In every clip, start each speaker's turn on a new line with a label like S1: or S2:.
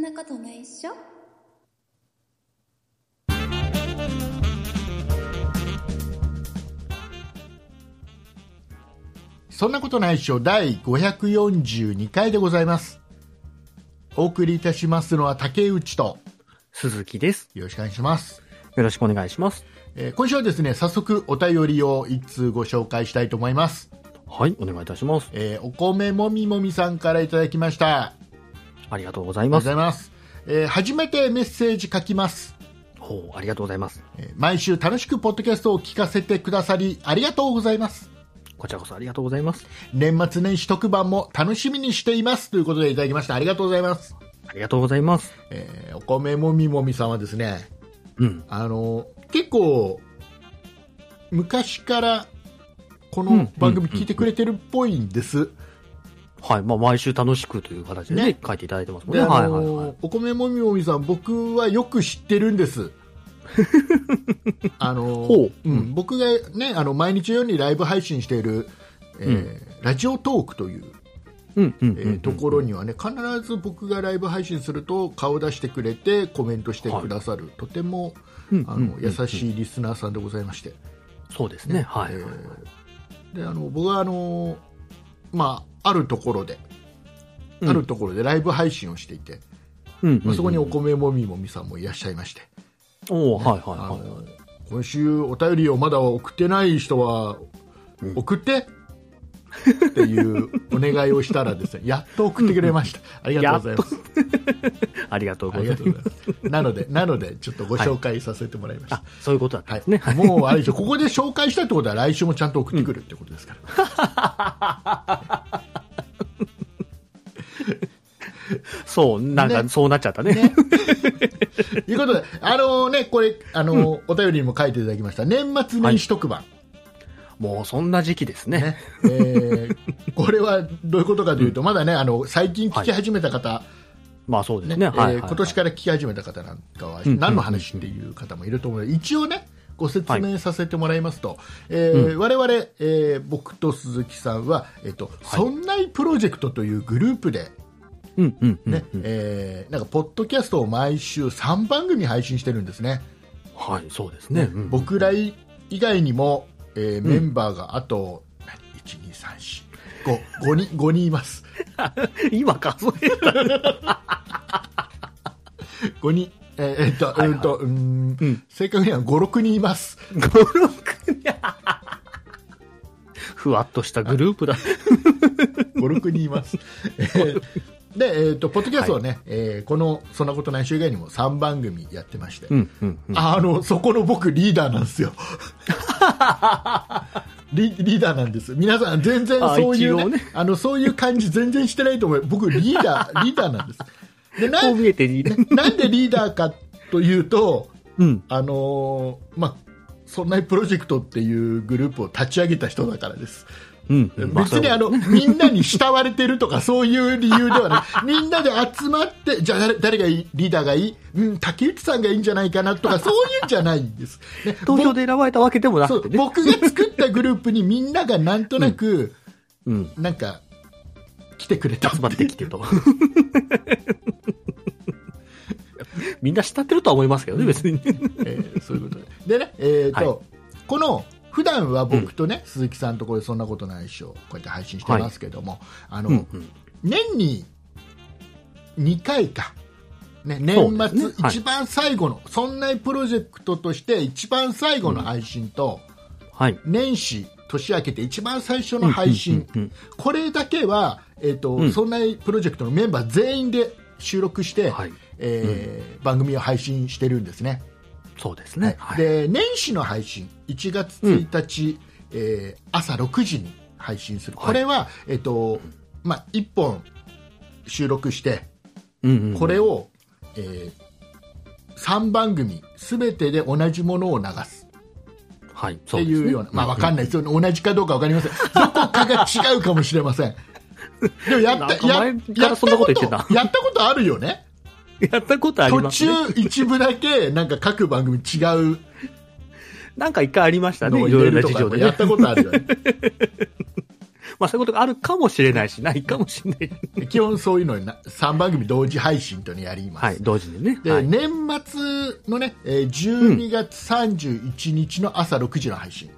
S1: なことないっしょ
S2: そんなことないっしょ第542回でございます。お送りいたしますのは竹内と、
S3: 鈴木です。
S2: よろしくお願いします。
S3: よろしくお願いします。
S2: えー今週はですね、早速お便りを一通ご紹介したいと思います。
S3: はい、お願いいたします。
S2: えーお米もみもみさんからいただきました。あり
S3: ありがとうござい
S2: がとうご
S3: ます
S2: ざ。います。えー初めてメッセージ書きます。
S3: ほう、ありがとうございます。
S2: えー毎週楽しくポッドキャストを聞かせてくださり、ありがとうございます。
S3: こちらこそありがとうございます。
S2: 年末年始特番も楽しみにしています。ということでいただきました。ありがとうございます。
S3: ありがとうございます。
S2: えーお米もみもみさんはですね、
S3: うん。
S2: あの結構昔からこ
S3: う
S2: の
S3: ん
S2: 番組聞いてくれてるっぽいんです、
S3: はい、まあ、毎週楽しくという形でね、書いていただいてますもん
S2: で
S3: ね。
S2: あの
S3: はいはいはい。
S2: お米もみもみさん僕はよく知ってるんです あの
S3: ほ
S2: う
S3: う
S2: ん
S3: うん
S2: 僕がねあの毎日のようにライブ配信している、えーラジオトークという、
S3: うん、うん、
S2: え
S3: う
S2: ー
S3: ん。
S2: ところにはね必ず僕がライブ配信すると顔出してくれてコメントしてくださる、とても
S3: うん、
S2: あ
S3: うん
S2: の優しいリスナーさんでございまして、
S3: そうですね。はい。
S2: え
S3: はい
S2: ーであの僕はあの、まあ、あるところで、あるところでライブ配信をしていて、
S3: うん
S2: まあ、そこにお米もみもみさんもいらっしゃいまして、
S3: おーはい
S2: あ
S3: はいは
S2: の今週お便りをまだ送ってない人は
S3: うん
S2: 送って、っていうお願いをしたら ですねやっと送ってくれました、ありがとうございます
S3: い。ありがとう
S2: あ
S3: ご
S2: り
S3: ざい
S2: が
S3: ま
S2: とう。ご
S3: す
S2: ざいますなのでなのでちょっとご紹介させてもらいました、
S3: あ、そういうことだったん
S2: は
S3: ですね。
S2: い、もうあれでしょここで紹介したってことは来週もちゃんと送ってくるってことですから、
S3: そう、なんか、
S2: ね
S3: そうなっちゃったね。
S2: ね。ということで、あのね、これ、あのお便りにも書いていただきました。年末年始特番。
S3: もう、そんな時期ですね。
S2: ねえ ーこれはどういうことかというと、まだね、あの、最近聞き始めた方、
S3: まあ、そうです
S2: ね
S3: ね。
S2: えー
S3: はい。
S2: 今年
S3: か
S2: から聞き始めた方なんかは、
S3: うん
S2: 何の話っていう方もいると思うので、一応ね、ご説明させてもらいますと、えー我々、えー僕と鈴木さんは、えっ、と、そんないプロジェクトというグループで、
S3: ら。うん、うん、うん。
S2: ねえーなんかポッドキャストを毎週3番組配信してるんですね、
S3: はい、そうですね。うん
S2: 僕ら以外にも、えーメンバーがあと、12345人5人います
S3: 今数えた。
S2: 5人えーえっと、
S3: いはい
S2: うんとうーん
S3: うん
S2: 正確には56人います
S3: 五六人。 ふわっとしたグループだ。
S2: 56人います、えーで、えー、とポッドキャストはね、えーこの「そんなことない週」以外にも3番組やってまして、
S3: うんうんうん。
S2: あの、そこの僕リーダーなんですよ。 リリーダーなんです。皆さん全然
S3: あ
S2: そういうね、
S3: 一応ね
S2: あの、そういう感じ全然してないと思う。僕リーダ ー、リーダーなんです。で、な
S3: こうん見えている。
S2: なんでリーダーかというと、
S3: うん。
S2: あのーまあ、そんなプロジェクトっていうグループを立ち上げた人だからです。
S3: うん。
S2: 別にあの、みんなに慕われてるとかそういう理由ではない。 みんなで集まって、じゃあ誰誰がいいリーダーがいいうん、竹内さんがいいんじゃないかなと か、そういうんじゃないんです。ね
S3: 投票で選ばれたわけでもな
S2: そ
S3: く
S2: う
S3: てね。
S2: 僕が作ったグループにみんながなんとなく、
S3: うん。
S2: なんか、来てくれた
S3: 集まってきてる と。みんな慕ってるとは思いますけどね、別に。
S2: えーそういうことで。でね、えーと、
S3: は
S2: この、普段は僕とね、鈴木さんとこれそんなことないでしょ、こうやって配信してますけども、あの、
S3: うんうん。
S2: 年に2回か、ね、年
S3: そうです
S2: 末、
S3: ねはい
S2: 一番最後の、そんなプロジェクトとして一番最後の配信と、
S3: はい。
S2: 年始、年明けて一番最初の配信、
S3: うんうん
S2: これだけは、えーと
S3: うん
S2: そんなプロジェクトのメンバー全員で収録して、
S3: うん。はい。
S2: えー番組を配信してるんですね。
S3: そうですね。
S2: はい
S3: は
S2: で
S3: い。
S2: 年始の配信1月1日、えー朝6時に配信する、
S3: はい
S2: これは、えっとまあ、1本収録して
S3: うんうん
S2: これを、え3番組すべてで同じものを流す
S3: はい。
S2: っ
S3: そ
S2: て
S3: うですね
S2: いうようなまあ、わかんないですよね同じかどうかわかりま せんどこかが違うかもしれませんでもやった
S3: なんか前から
S2: やや
S3: そんなこと言ってた
S2: やったことあるよね
S3: やった ことあり
S2: 途
S3: ますね。
S2: 中一部だけなんか各番組違う
S3: なんか一回ありましたね。
S2: のを
S3: い
S2: 入
S3: ろ
S2: れる
S3: いろな
S2: と
S3: 事
S2: か
S3: 情
S2: も
S3: で
S2: や
S3: ね
S2: っ。たことあるよね
S3: まあそういうことがあるかもしれないし、ないかもしれない。
S2: で基本そういうのな3番組同時配信というのやります、
S3: はい、同時にね。
S2: で、
S3: はい、
S2: 年末のね、えー12月31日の朝6時の配信、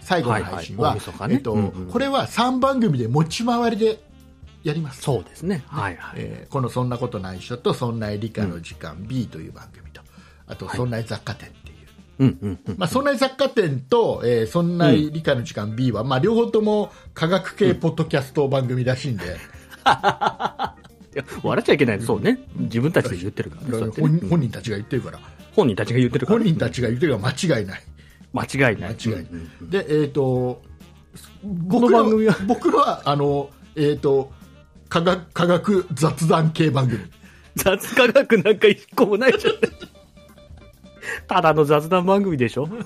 S2: 最後の配信は、
S3: はいはい大晦日ね
S2: えっと
S3: うんうん
S2: これは3番組で持ち回りでやります。
S3: そうですね。はいはい。
S2: えーこの「そんなことない人」と「そんな理科の時間 B」という番組と、あと「そんな雑貨店」っていう、
S3: うんうんうん。
S2: まあ、そんな雑貨店と、えーそんな理科の時間 B は、まあ、両方とも科学系ポッドキャスト番組らしいんで、
S3: いや笑っちゃいけない。そうね。自分たちで言ってるからね。そうやってね
S2: 本
S3: うん
S2: 本人たちが言ってるから
S3: 本人たちが言ってるから
S2: 本
S3: ね。
S2: 人たちが言ってるから間違いない
S3: 間違いな
S2: 間
S3: い。
S2: 違い
S3: うんうん
S2: ないでえっ、と僕
S3: この番組
S2: は
S3: は
S2: 僕のはあのえっ、と科学科学雑談系番組
S3: 雑科学なんか一個もない じゃん。ただの雑談番組でしょ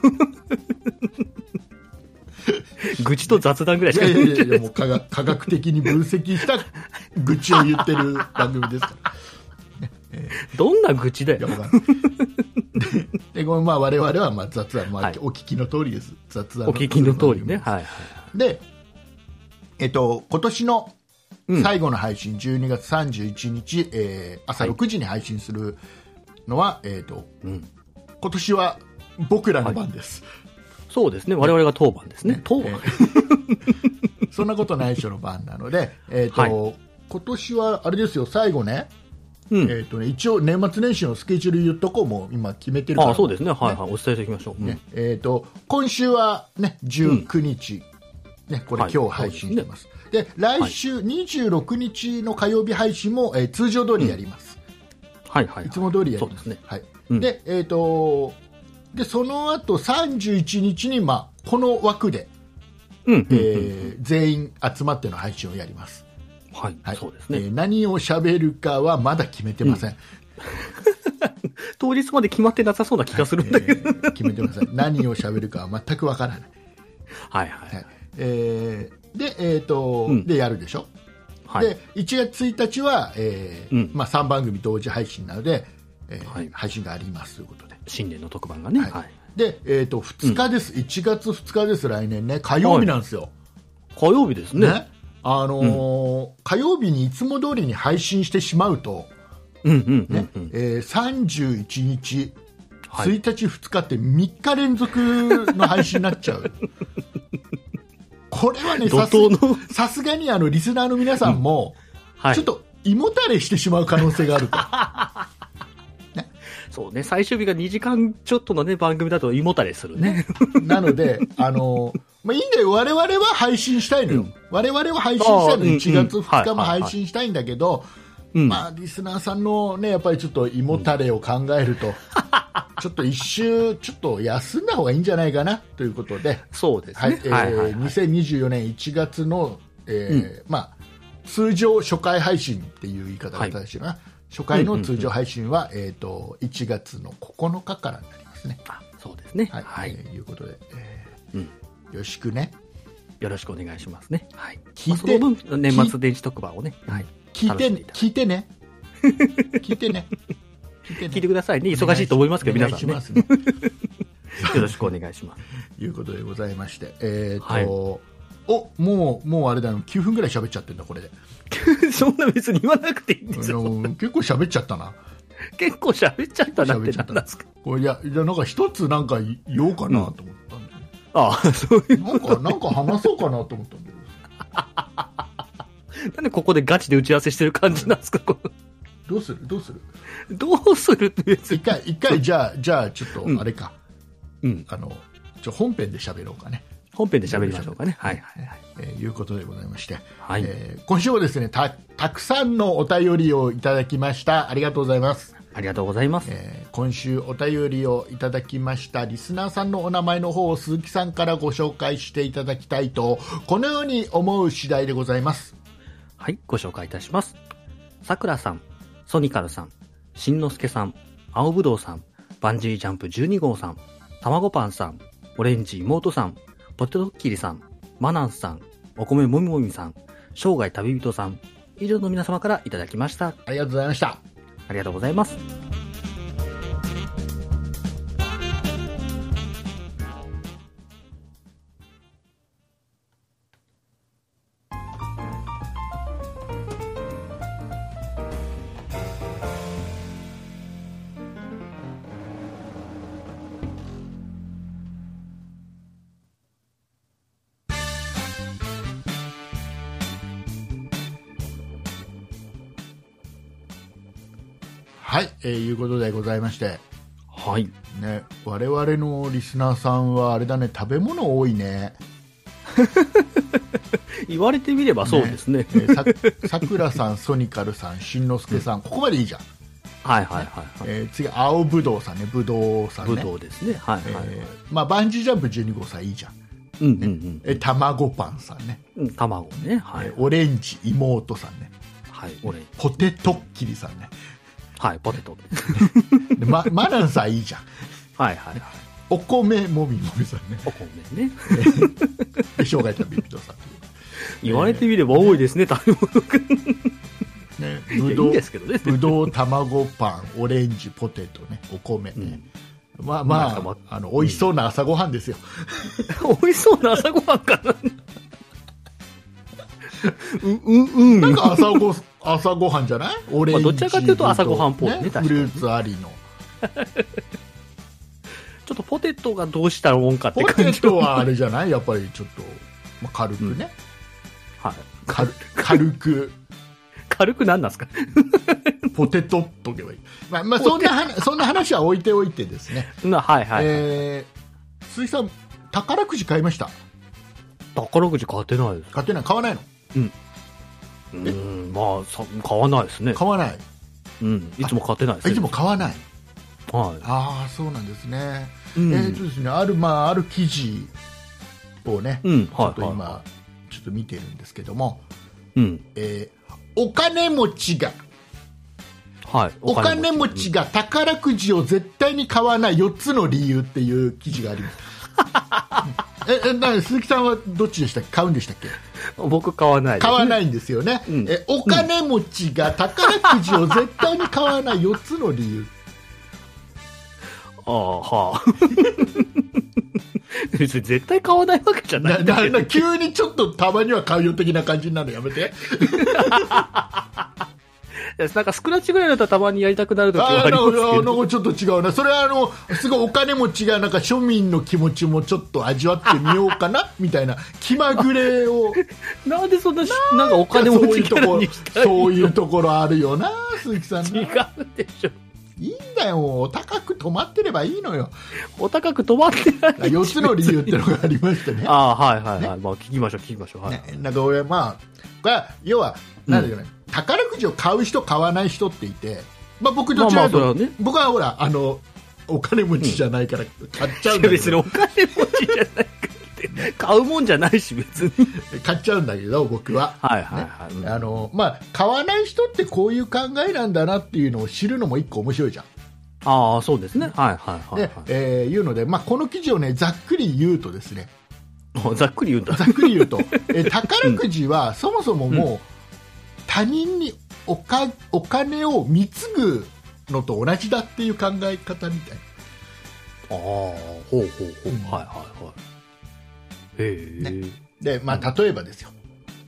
S3: 愚痴と雑談ぐらい
S2: い
S3: しか
S2: や
S3: 言
S2: い
S3: って
S2: や
S3: ない
S2: いやい やもう科学科学的に分析した愚痴を言ってる番組です から
S3: どんな愚痴だ
S2: いや
S3: よ。
S2: わかんないででこのまあ我々はまあ雑談、まあ
S3: はい
S2: お聞きの通りです雑談
S3: お聞きの通りね。
S2: 番
S3: はいはい。
S2: 組でえっ、と今年の
S3: うん
S2: 最後の配信、12月31日、えー朝6時に配信するのは、えっ、と
S3: うん
S2: 今年は僕らの番 です、
S3: そうですね。我々が当番ですね。当番
S2: そんなことない人の番なので、えっと
S3: は
S2: 今年はあれですよ、最後ね、
S3: う
S2: え
S3: ん。
S2: ーとね一応、年末年始のスケジュール言っとこう、もう今、決めてるから、
S3: ああ、そうですね。はいはい。お伝えしていきましょう。うん
S2: ねえー、と今週は、ね、19日、ね、これ、
S3: はい
S2: 今日配信してます、で来週26日の火曜日配信も、えー通常通りやります、
S3: はいはいはい。
S2: いつも通りやり
S3: そう
S2: ま。
S3: ですすね。
S2: はい
S3: うん
S2: でえー、とでその後31日に、まあ、この枠で、
S3: うん
S2: えー
S3: うんうん。
S2: 全員集まっての配信をやります。
S3: はい
S2: は。い
S3: そうです
S2: え
S3: ね。
S2: ー何を喋るかはまだ決めてません、
S3: 当日まで決まってなさそうな気がするんだけど。
S2: えー決めてません何を喋るかは全くわからない、
S3: はいは
S2: はい
S3: い。
S2: えーで,、えーと
S3: うん
S2: でやるでしょ、
S3: はい。
S2: で1月1日は、えー
S3: うん
S2: まあ、3番組同時配信なので、えー
S3: はい
S2: 配信がありますということで
S3: 新年の特番がね。
S2: はい
S3: はい。
S2: で、えー、と2日です、1月2日です来年ね火曜日なんですよ、
S3: 火曜日です
S2: ね
S3: ね。
S2: あのー火曜日にいつも通りに配信してしまうと、
S3: うんうんう
S2: ね
S3: んうん。
S2: えー31日
S3: はい
S2: 1日、2日って3日連続の配信になっちゃ う。これはね、
S3: 怒
S2: さす
S3: 涛の
S2: さすがにあのリスナーの皆さんも、
S3: はい
S2: ちょっ。と胃もたれしてしまう可能性があると。
S3: そうね、最終日が2時間ちょっとのね、番組だと胃もたれするね。
S2: なので、あのまあ、いいんだよ、我々は配信したいのよ、我々は配信したい
S3: あ
S2: の
S3: ーうん
S2: よ、1月
S3: うん
S2: 2日も
S3: はいはいはい
S2: 配信したいんだけど、
S3: うん。
S2: まあ、リスナーさんのね、やっぱりちょっと胃もたれを考える と、ちょっと一周、ちょっと休んだ方がいいんじゃないかなということで、
S3: そうです
S2: はい
S3: ね。
S2: えー
S3: はいはいはい。
S2: 2024年1月の、えーまあ、通常初回配信っていう言い方が正しいのかな、初回の通常配信は、えー、と1月の9日からになりますね。
S3: あそうですね。
S2: はい、
S3: はい
S2: え。ーいうことで、え
S3: う
S2: ー
S3: ん
S2: よろしくね
S3: よろしくお願いしますね。はい。
S2: 聞いて
S3: まあその分、年末電子特番をね。はい。
S2: 聞い
S3: 楽
S2: て
S3: しんでいただ
S2: 聞いてね 聞いてね聞いてね
S3: 聞いてくださいね。忙しいと思いますけど、皆さんね。
S2: お願い
S3: よ
S2: しますね
S3: ろしくお願いします。
S2: いうことでございまして、えーと
S3: はい
S2: おもうもうあれだよ9分ぐらい喋っちゃってるんだこれで
S3: そんな別に言わなくていいんです
S2: あ
S3: よ。
S2: の結構喋っちゃったな
S3: 結構喋っちゃったなっ
S2: 喋
S3: て
S2: っちゃった
S3: 何なんですか。
S2: これいやいやなんか一つなんか言おうかなと思ったんだ
S3: ああ、そうい
S2: け
S3: う。
S2: ど、なんかなんか話そうかなと思ったんだけど
S3: なんでここでガチで打ち合わせしてる感じなんですか、この
S2: どうするどうする
S3: どうするって別
S2: 一
S3: に。
S2: 回一回じゃあじゃあちょっとあれか、
S3: うん。
S2: あのちょ本編で喋ろうかね
S3: 本編で喋りましょうかね。はいはいはい。
S2: えーいうことでございまして、
S3: はい
S2: えー今週もですねたたくさんのお便りをいただきましたありがとうございます、
S3: ありがとうございます。
S2: えー今週お便りをいただきましたリスナーさんのお名前の方を鈴木さんからご紹介していただきたいとこのように思う次第でございます
S3: はい、ご紹介いたします。さくらさん、ソニカルさん、しんのすけさん、青ぶどうさん、バンジージャンプ12号さん、たまごパンさん、オレンジ妹さん、ポテトッキリさん、マナンさん、お米もみもみさん、生涯旅人さん、以上の皆様からいただきました。
S2: ありがとうございました
S3: ありがとうございます。
S2: はい、えーいうことでございまして、
S3: はい。
S2: ね、我々のリスナーさんはあれだね食べ物多いね
S3: 言われてみればそうですね。
S2: えーさ さくらさんソニカルさんしんのすけさんここまでいいじゃん、
S3: はいはいはいはい。
S2: えー次青ぶどうさんねぶどうさん
S3: 武
S2: ね
S3: 道ですね。はいはいはい。
S2: えーまあ、バンジージャンプ12号さんいいじゃん
S3: うんうん
S2: え卵パンさんね、
S3: うんうん。卵ね。は
S2: え
S3: い。
S2: オレンジ妹さんね
S3: はい。オレンジ。
S2: ポテトッキリさんね
S3: はい。ポテ ト。
S2: でまマナンさんいいじゃん
S3: はいはいはい。
S2: お米もみもみさんね
S3: お米ね。
S2: で生姜炒め人さん
S3: 言われてみれば多いですね、食べ物が。
S2: ね、
S3: い
S2: ぶ
S3: や
S2: ど
S3: いいん
S2: う
S3: ですけどね。
S2: ぶどう卵パ ンオレンジポテトねお米ね、まあま
S3: なんかま
S2: ああの美味しそうな朝ごはんですよ、
S3: 美味しそうな朝ごはんかな。う、う、うん。
S2: なんか朝ご朝ごはんじゃないオレンジ、
S3: まあどちらかというと朝ごはんっぽいね確かに
S2: フルーツありの
S3: ちょっとポテトがどうしたらもんかって
S2: ポ
S3: 感
S2: テ
S3: じ
S2: トはあれじゃないやっぱりちょっと、まあ、軽くね、
S3: はい。
S2: 軽軽く
S3: 軽くなんなんですか
S2: ポテトっとけばいい、まあまあ、そんな話そんな話は置いておいてですね、
S3: なはいはい、はい
S2: えー鈴木さん宝くじ買いました
S3: 宝くじ買ってないです。
S2: 買ってない買わないの
S3: うーん、まあさ、買わないですね。
S2: 買わない
S3: うん。いつも買ってないです
S2: あ
S3: ね。
S2: いつも買わない
S3: は
S2: ああそうなんですね、
S3: い。うん。
S2: えーとですねあるまあある記事をね、
S3: うん、
S2: ちょっ
S3: は
S2: と
S3: い、はい。
S2: 今、ちょっと見てるんですけども、
S3: うん。
S2: えーお金持ちが
S3: はい。
S2: お金持ちが宝くじを絶対に買わない4つの理由っていう記事があります ええな鈴木さんはどっちでしたっけ買うんでしたっけ
S3: うん。僕買わないです、。
S2: 買わないいんですよね、
S3: うん
S2: えお金持ちが宝くじを絶対に買わない4つの理 由
S3: ああ、はあ。 別に絶対買わないわけじゃな
S2: ない
S3: んだ
S2: な
S3: けど。
S2: な急にちょっとたまには買うよ的な感じになるのやめて
S3: なんかスクラッチぐらいだったらたまにやりたくなる時は
S2: あ
S3: ありますけ
S2: のあ
S3: ど。
S2: のちょっと違うなそれはあのすごいお金持ちがなんか庶民の気持ちもちょっと味わってみようか なみたいな気まぐれを
S3: なんでそんなし、なんか お金
S2: そう
S3: 持
S2: い
S3: ち
S2: うと
S3: キャラ
S2: こ
S3: に
S2: ろ
S3: したい
S2: そういうところあるよな鈴木さんな
S3: 違
S2: いう
S3: でしょ。
S2: いんだよお高く止まってればいいの よ
S3: お高く止まってない。
S2: 4つの理由ってのがありましてね
S3: ああ、はいはいはい。まあ、聞きましょう、聞きましょう。はい。
S2: ねなんか俺まあこれは要はなんだろうね、宝くじを買う人買わない人っていてまあ僕どちらかというと
S3: まあまあそれはね
S2: 僕はほらあのお金持ちじゃないから買っちゃうんだけ
S3: 別に
S2: ど、
S3: お金持ちじゃないからって、買うもんじゃないし、別に。
S2: 買っちゃうんだけど僕は
S3: はいはいはい。うん
S2: あのまあ、買わない人ってこういう考えなんだなっていうのを知るのも一個面白いじゃん。
S3: ああ、そうですね。はいはいはい
S2: で
S3: は
S2: えーいうので、まあ、この記事を、ね、ざっくり言うとですね
S3: いもう。ざっくり言うんだ。
S2: ざっくり言う とえー宝くじはそもそももう、他人におかお金を貢ぐのと同じだっていう考え方みたい
S3: ああ、ほうほうほう。はいはいはい。へえ。
S2: で、まあ、例えばですよ、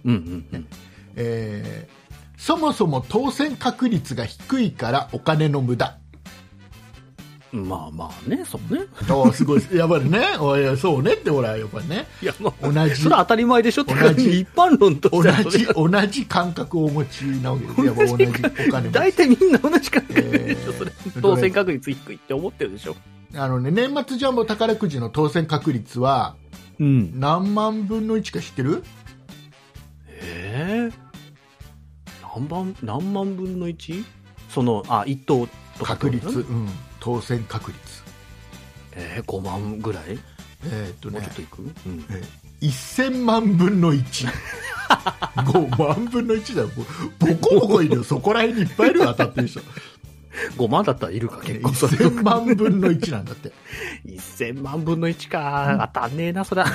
S3: うんうんうん。
S2: えーそもそも当選確率が低いからお金の無駄。
S3: まあまあね、そうね。
S2: おーすごいやっぱりねおいそうねってほらやっぱりね
S3: いや、まあ、
S2: 同じ
S3: それは当たり前でしょって
S2: 同
S3: 感
S2: じ
S3: じ。一般論と
S2: 同
S3: しては
S2: じ
S3: そ
S2: 同じ感覚をお持ちなわけです
S3: れ
S2: やっぱ同じお金
S3: は
S2: 持
S3: 大
S2: ち
S3: 体みんな同じ感覚でしょ、
S2: えー
S3: それ。当選確率低いって思ってるでしょ。
S2: あの、ね、年末ジャンボ宝くじの当選確率は
S3: うん。
S2: 何万分の1か知ってる
S3: ええ何万何万分の 1? そのあ一等とかって
S2: 確
S3: こと
S2: 率、うん、当選確率
S3: ええ5万ぐらい
S2: えーっと
S3: もう
S2: ね
S3: ちょっといく、うん、
S2: えー1000万分の15 万分の1だよもうボコボコいるよそこら辺にいっぱいいるよ当たってる人
S3: 5万だったらいるか 結構それ
S2: 1000万分の1なんだって
S3: 1000万分の1か当たんねえなそりゃ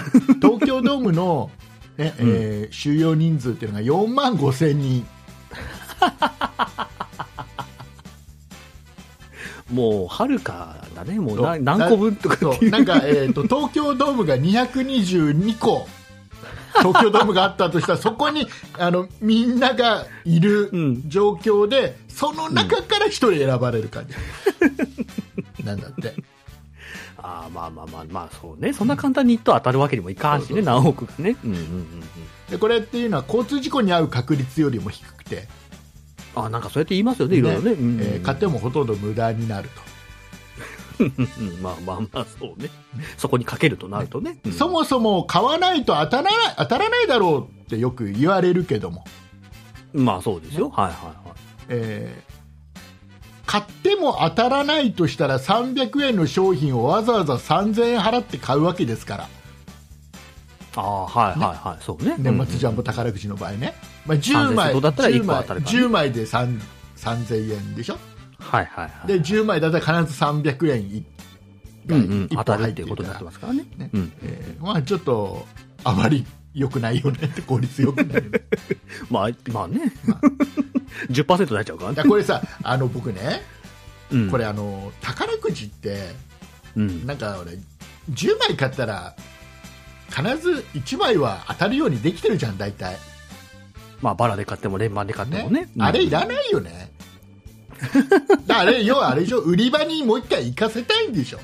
S2: 東京ドームの、ねえー収容人数っていうのが4万5000人
S3: もうはるかだねもうな
S2: そう
S3: 何個分とかっ
S2: そ
S3: て
S2: う
S3: いう
S2: なんか、えー、と東京ドームが222個東京ドームがあったとしたらそこにあのみんながいる
S3: うん
S2: 状況で、その中から1人選ばれる感じ、なんだって
S3: ああまあまあまあまあそうねそんな簡単に一等当たるわけにもいかんしね、何億がねうんうんうんうん
S2: でこれっていうのは交通事故に遭う確率よりも低くて
S3: あなんかそうやって言いますよね、いろいろね。うん
S2: えー買ってもほとんど無駄になると、
S3: うんまあまあまあ、そうね。そこにかけるとなるとね。うん
S2: そもそも買わないと当たらない当たらないだろうってよく言われるけども、
S3: まあそうですよ。はいはいはい。
S2: えー買っても当たらないとしたら300円の商品をわざわざ3000円払って買うわけですから
S3: ああ、はいはいはい。そうね。
S2: 年末ジャンボ宝くじの場合ね、まあ、10
S3: 3000
S2: 枚
S3: 円だったら一
S2: 10
S3: 個
S2: 枚
S3: 当たるからね
S2: 10枚で3 3000円でしょ
S3: はいはいはい。
S2: で10枚だったら必ず300円い
S3: うんうん、
S2: 一
S3: 当
S2: 歩
S3: たる
S2: 入
S3: っ
S2: って
S3: てい
S2: いううこ
S3: こ
S2: ととになって
S3: になっ
S2: てま
S3: ま
S2: す
S3: からね。
S2: ね
S3: うん、
S2: えーまあ、ちょっとあまり良くないよねって効率良く ないよね
S3: まあ、まあ ね。
S2: ま
S3: 10%になっちゃうから
S2: い
S3: ね
S2: や。これさあの僕ね
S3: うん
S2: これ、あの宝くじって
S3: うん。
S2: なんか俺10枚買ったら必ず1枚は当たるようにできてるじゃん大体
S3: まあ、バラで買っても、連番で買って
S2: ね
S3: もね。
S2: あれい
S3: ん
S2: らないよね だあれ要はあれでしょ売り場にもう一回行かせたいんでしょ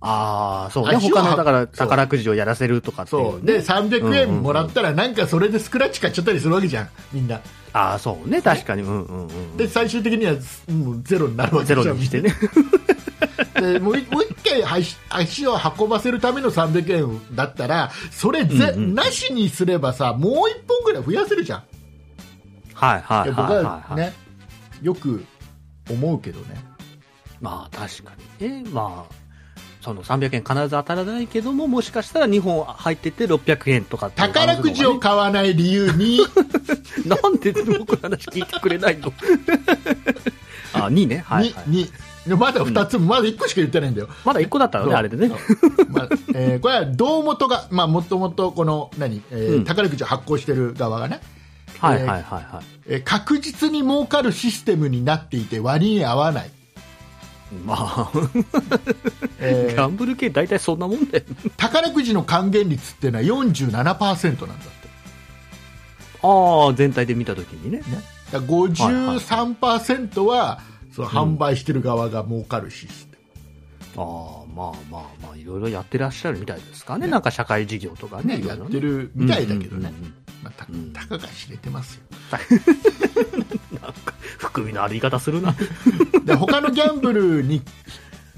S3: ああ、そうね。
S2: 足を
S3: 他の、だから、
S2: そう
S3: 宝くじをやらせるとかってい
S2: そうう
S3: ね。
S2: で300円もらったらなんかそれでスクラッチ買っちゃったりするわけじゃんみんな
S3: ああ、そうね。確かに。うんうんうん。
S2: で最終的にはもうゼロになるわけ
S3: ゼ
S2: じ
S3: ロ
S2: ゃん
S3: にしてね。
S2: でもういもう一回足足を運ばせるための300円だったらそれぜ、
S3: うんうん
S2: なしにすればさもう一本ぐらい増やせるじゃん
S3: はいはい
S2: いや
S3: は
S2: 僕
S3: いはい
S2: は
S3: はい。
S2: ねよく思うけどね
S3: まあ、確かにね。まあ、その300円必ず当たらないけども、もしかしたら2本入ってて600円とかっていう可能
S2: 宝
S3: 性もね
S2: くじを買わない理由 に
S3: なんで僕の話聞いてくれな いのあ、2ね。はい、はい。
S2: ににまだ2つも、まだ1個しか言ってないんだよ、
S3: まだ1個だったの
S2: そ
S3: ね、
S2: う
S3: あれでね。
S2: まあえーこれは堂本が、まあ、もともとこの何、えー
S3: うん
S2: 宝くじを発行してる側がね、
S3: はいはいはいは
S2: えー確実に儲かるシステムになっていて割に合わない、
S3: い。まあ、ギ
S2: えー
S3: ャンブル系大体そんなもんで。
S2: 宝くじの還元率っていうのは47%なんだって
S3: ああ、全体で見たときにね。
S2: ね、だから53%はその販売してる側が儲かるシステ
S3: ああ、まあまあまあ、いろいろやってらっしゃるみたいですかね。なんか社会事業とか
S2: ム、
S3: ね、
S2: ね
S3: いろ
S2: や
S3: いろ
S2: っ
S3: ね
S2: てるみたいだけどね、
S3: うんうんうんうん
S2: まあ、た
S3: ん
S2: たかが知れてますよ
S3: なんか、 含みのある言い方するな。
S2: で他のギャンブルに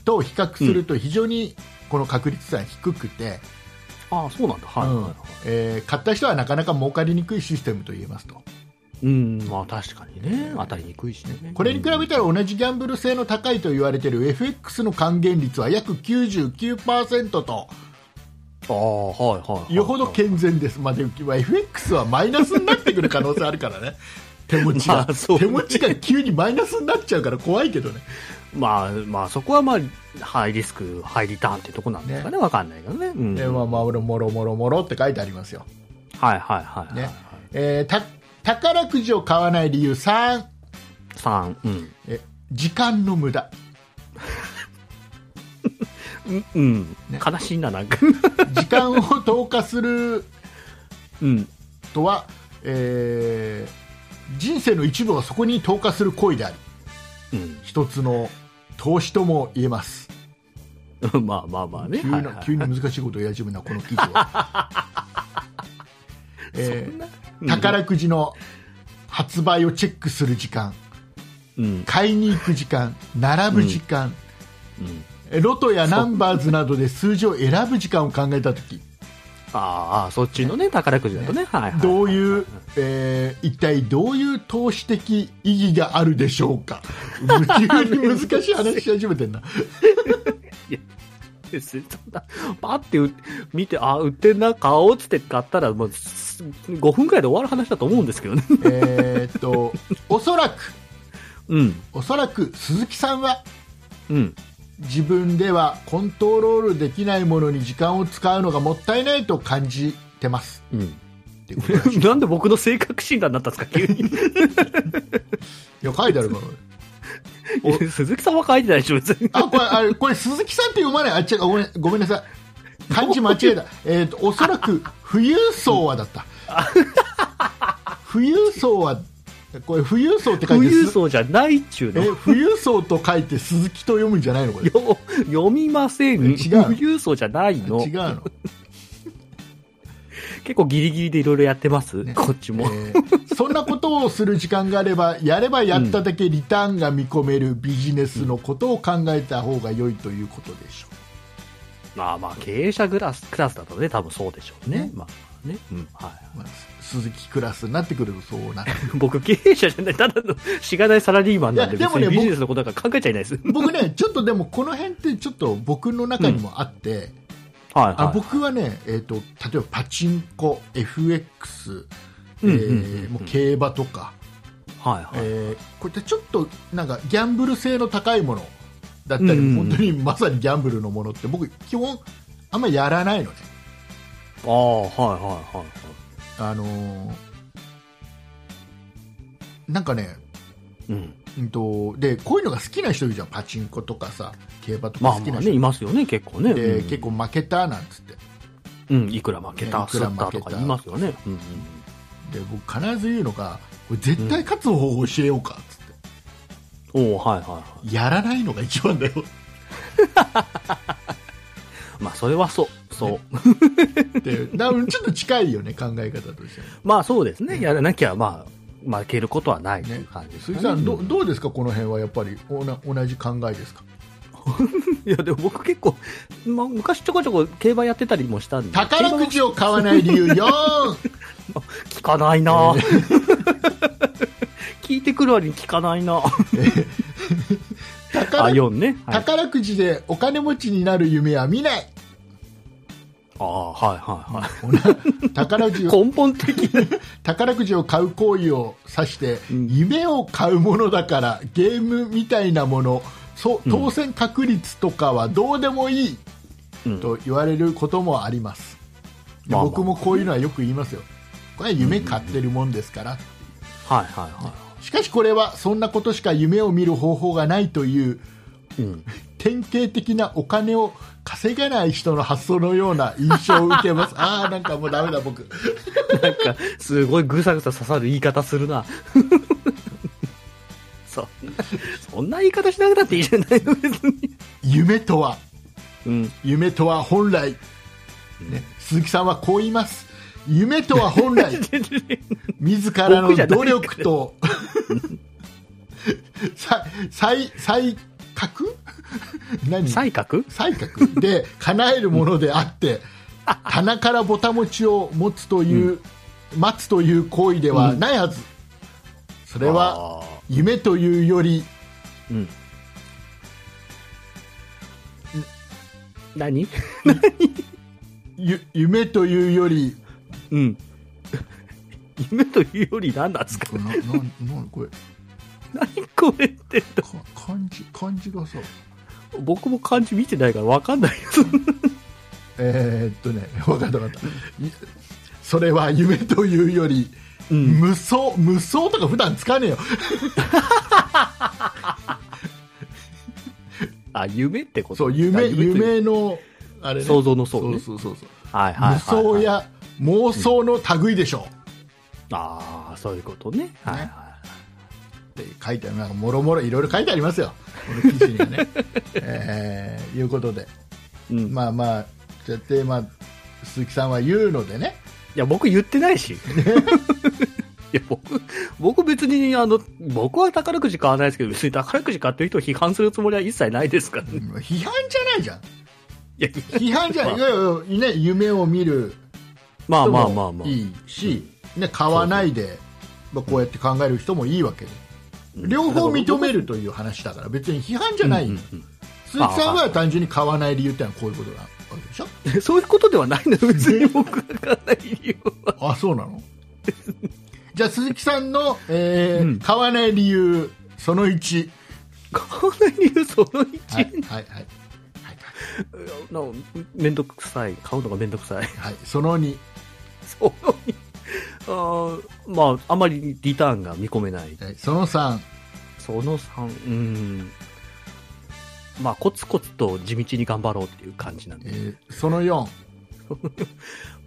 S2: と比較すると非常にこの確率は低くて、
S3: ああ、そうなんだ。はいはいはい。
S2: えー買った人はなかなか儲かりにくいシステムと言えますと
S3: うん、まあ確かにね。当たりにくいしね。
S2: これに比べたら同じギャンブル性の高いと言われている FX の還元率は約99%と
S3: ああ、はいはいはい。
S2: よほど健全です、まあ、でも FX はマイナスになってくる可能性あるからね、手持ちが、
S3: まあそうね
S2: 手持ちが急にマイナスになっちゃうから怖いけどね、
S3: まあまあそこはまあハイリスクハイリターンってとこなんですかねわかんないけどね、うん、
S2: でまあ、まあ俺、もろもろもろって書いてありますよ、
S3: はいはいはい、はい
S2: ねえーた宝くじを買わない理由3、
S3: 3うん
S2: え時間の無駄、
S3: うん、うん
S2: ね
S3: 悲しいななんか
S2: 時間を投下する
S3: うん
S2: とは、 えー人生の一部をそこに投下する行為であり、
S3: うん
S2: 一つの投資とも言えます。
S3: まあまあまあね
S2: 急
S3: はい
S2: に
S3: はい
S2: 急に難しいことをやり始めるな、この記事は。 えー
S3: うん
S2: 宝くじの発売をチェックする時間、
S3: うん
S2: 買いに行く時間、並ぶ時間、
S3: うん
S2: えロトやナンバーズなどで数字を選ぶ時間を考えたとき、
S3: ああそっちのね宝くじだとねはいはいはい
S2: どういう、えー一体どういう投資的意義があるでしょうか、急に難しい話し始めてんな、
S3: そんなパってう見てああ売ってんな買おうっつって買ったらもうす5分くらいで終わる話だと思うんですけ どね
S2: えーっと、おそらく、
S3: うん
S2: おそらく鈴木さんは
S3: うん
S2: 自分ではコントロールできないものに時間を使うのがもったいないと感じてます
S3: うん
S2: っていうことらしいい
S3: なんで僕の性格診断になったんですか急に
S2: や書いてあるから お
S3: 鈴木さんは書いてないでしょ、別に。
S2: あこれあれこれ鈴木さんって読まないあ違うごめんごめんなさい漢字間違え たえっとおそらく富裕層はだった富裕層はこれ富裕層って書い
S3: 富
S2: て
S3: 裕
S2: す
S3: 層じゃないっちゅう
S2: え
S3: の。
S2: 富裕層と書いて鈴木と読むんじゃないのこれ
S3: よ読みません。
S2: 違う
S3: 富裕層じゃない の
S2: 違。うの
S3: 結構ギリギリでいろいろやってます、
S2: ね
S3: こっちも。
S2: えーそんなことをする時間があればやればやっただけリターンが見込めるビジネスのことを考えた方が良いということでしょ
S3: まあまあ、経営者クラスクラスだとね、多分そうでしょうね。
S2: ね
S3: まあね。うん、は
S2: う、まあ、鈴木クラスになってくるとそうなる
S3: い。 僕、経営者じゃない、ただの、 しがないサラリーマンなんで、
S2: いや
S3: 別
S2: でもね
S3: にビジネスのことなんか考えちゃいないです。はい
S2: 僕ねちょっとでもこの辺ってちょっと僕の中にもあって、あ
S3: は
S2: 僕はね、えー、と例えばパチンコ FX え
S3: うんうんうんうん
S2: ーもう競馬とか、
S3: い。はいはい。
S2: えーこういったちょっとなんかギャンブル性の高いものだったり、
S3: うん
S2: 本当にまさにギャンブルのものって僕基本あんまやらないのね、
S3: ああ、はいはいはい。
S2: あのーなんかね、
S3: うん。
S2: うん、とでこういうのが好きな人いるじゃんパチンコとかさ競馬とか
S3: まあ
S2: 好き
S3: ま
S2: な
S3: あ
S2: 人、
S3: ね、いますよね、結構ね。
S2: で
S3: うん
S2: 結構負けたなんつって
S3: うん、いくら負けた、
S2: ねいく
S3: 吸
S2: ら
S3: っ
S2: 負け
S3: た
S2: た
S3: とか言いますよね。うんうん。
S2: で僕必ず言うのがこれ絶対勝つ方法を教えようかっつって。
S3: おおはいはいは
S2: やらないのが一番だよ
S3: い。まあ、それはそう。そう。
S2: って、だちょっと近いよね、考え方としては
S3: まあ、そうですね。やらなきゃ、まあ、負けることはないという
S2: ね
S3: 感じです
S2: 鈴
S3: か
S2: 木
S3: ね、
S2: さん、ど
S3: うん
S2: どうですか、この辺はやっぱりおな同じ考えですか、
S3: いや、でも僕結構、まあ、昔ちょこちょこ競馬やってたりもしたんで。
S2: 宝くじを買わない理由4、
S3: 聞かないな、 聞いてくる割に聞かないなあ、
S2: 宝
S3: 4ね。はい、
S2: 宝くじでお金持ちになる夢は見ない、
S3: ああ、はいはいは
S2: おな宝くじ
S3: い。
S2: を
S3: 根本的な。
S2: 宝くじを買う行為を指して、
S3: うん
S2: 夢を買うものだから、ゲームみたいなもの、そう
S3: うん
S2: 当選確率とかはどうでもいい
S3: うん
S2: と言われることもあります、で
S3: まあまあ
S2: 僕もこういうのはよく言いますよこれは夢買ってるもんですから、
S3: はいはいは
S2: しかしこれはそんなことしか夢を見る方法がないという
S3: い。うん。
S2: 典型的なお金を稼がない人の発想のような印象を受けます ああなんかもうダメだ僕
S3: なんか、すごいぐさぐさ刺さる言い方するな。 そんな、そんな言い方しなくたっていいじゃないの、別に。
S2: 夢とは
S3: うん。
S2: 夢とは本来、ね、鈴木さんはこう言います夢とは本来自らの努力 とさ再再覚何
S3: 才覚
S2: 才覚で叶えるものであ って棚からぼた餅を持つという、待つという行為ではないはず、そ
S3: そ
S2: れは、夢というより
S3: うん。何
S2: ゆ夢というより
S3: うん。 夢というより何なんですか
S2: これなななこれ
S3: 何これって。
S2: か漢字漢字がさ
S3: 僕も漢字見てないから分かんないよ。
S2: えー、っとね 分かった分かったいそれは夢というより
S3: うん。
S2: 無双無双とか普段使わねえよ
S3: あ、夢ってこと
S2: そう夢
S3: あ夢という
S2: 夢のあれね
S3: 想像の想
S2: そう
S3: ね。
S2: そうそうそう
S3: はいはいはい、
S2: 無
S3: はい。
S2: 双。や妄想の類でしょ
S3: ああ、そういうことね。はいはい。
S2: うって書いてあるなんかもろもろいろいろ書いてありますよこの記事には ね、えーいうことで
S3: うん。
S2: まあまあそうやって、まあ、鈴木さんは言うのでね
S3: いや、僕言ってないし。いや、僕、僕別に、あの、僕は宝くじ買わないですけど、別に宝くじ買ってる人を批判するつもりは一切ないですからね。
S2: うん批判じゃないじゃん
S3: いや、いや
S2: 批判じゃない,、
S3: まあ
S2: いやいやね、夢を見る
S3: まあ
S2: 人
S3: まあまあま
S2: も
S3: あ。
S2: いいし、ね、買わないで、まあ、こうやって考える人もいいわけで
S3: うん
S2: 両方認めるという話だから別に批判じゃないよ、
S3: うんうん
S2: 鈴木さんは単純に買わない理由ってのはこういうことなわけでしょ
S3: うんそういうことではないのよ、別に僕が買わない理由は。
S2: あそうなの じゃあ鈴木さんの、えー
S3: うん
S2: 買わない理由その1
S3: 買わない理由その1、
S2: はいはいはいはい
S3: のめんどくさい買うのがめんどくさい
S2: はいその2、
S3: そのあーまああまりリターンが見込めない
S2: はいその3
S3: その3うんまあコツコツと地道に頑張ろうっていう感じなん
S2: え
S3: で、
S2: ーその4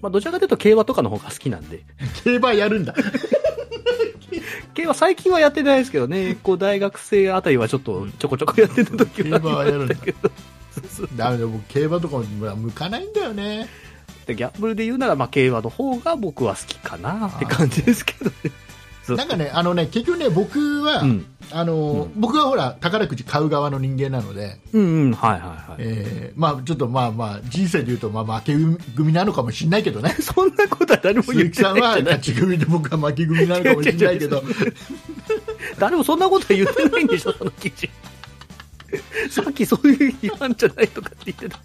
S3: まあ、どちらかというと競馬とかの方が好きなんで
S2: 競馬やるんだ
S3: 競馬最近はやってないですけどねこう大学生あたりはちょっとちょこちょこやってた時は
S2: 競馬はやるんだ
S3: けどそうそう
S2: ダメだ僕競馬とかも向かないんだよね
S3: でギャンブルで言うなら、まあ、競馬の方が僕は好きかなって感じですけどねそ う
S2: なんかね、あのね、結局ね、僕は、
S3: うん。
S2: あの、
S3: うん
S2: 僕はほら、宝くじ買う側の人間なので、
S3: うんうん、はいはいはい。
S2: えーまあ、ちょっとまあまあ、人生で言うと、まあ、負け組なのかもしれないけどね。
S3: そんなことは誰も言
S2: 鈴
S3: っ
S2: 木
S3: てな
S2: さ
S3: い
S2: んは
S3: じゃな
S2: 勝
S3: い。
S2: ち組で僕は負け組なのかもしれない けど、
S3: 誰もそんなことは言ってないんでしょ、その記 事。さっきそういう批判じゃないとかって言ってたか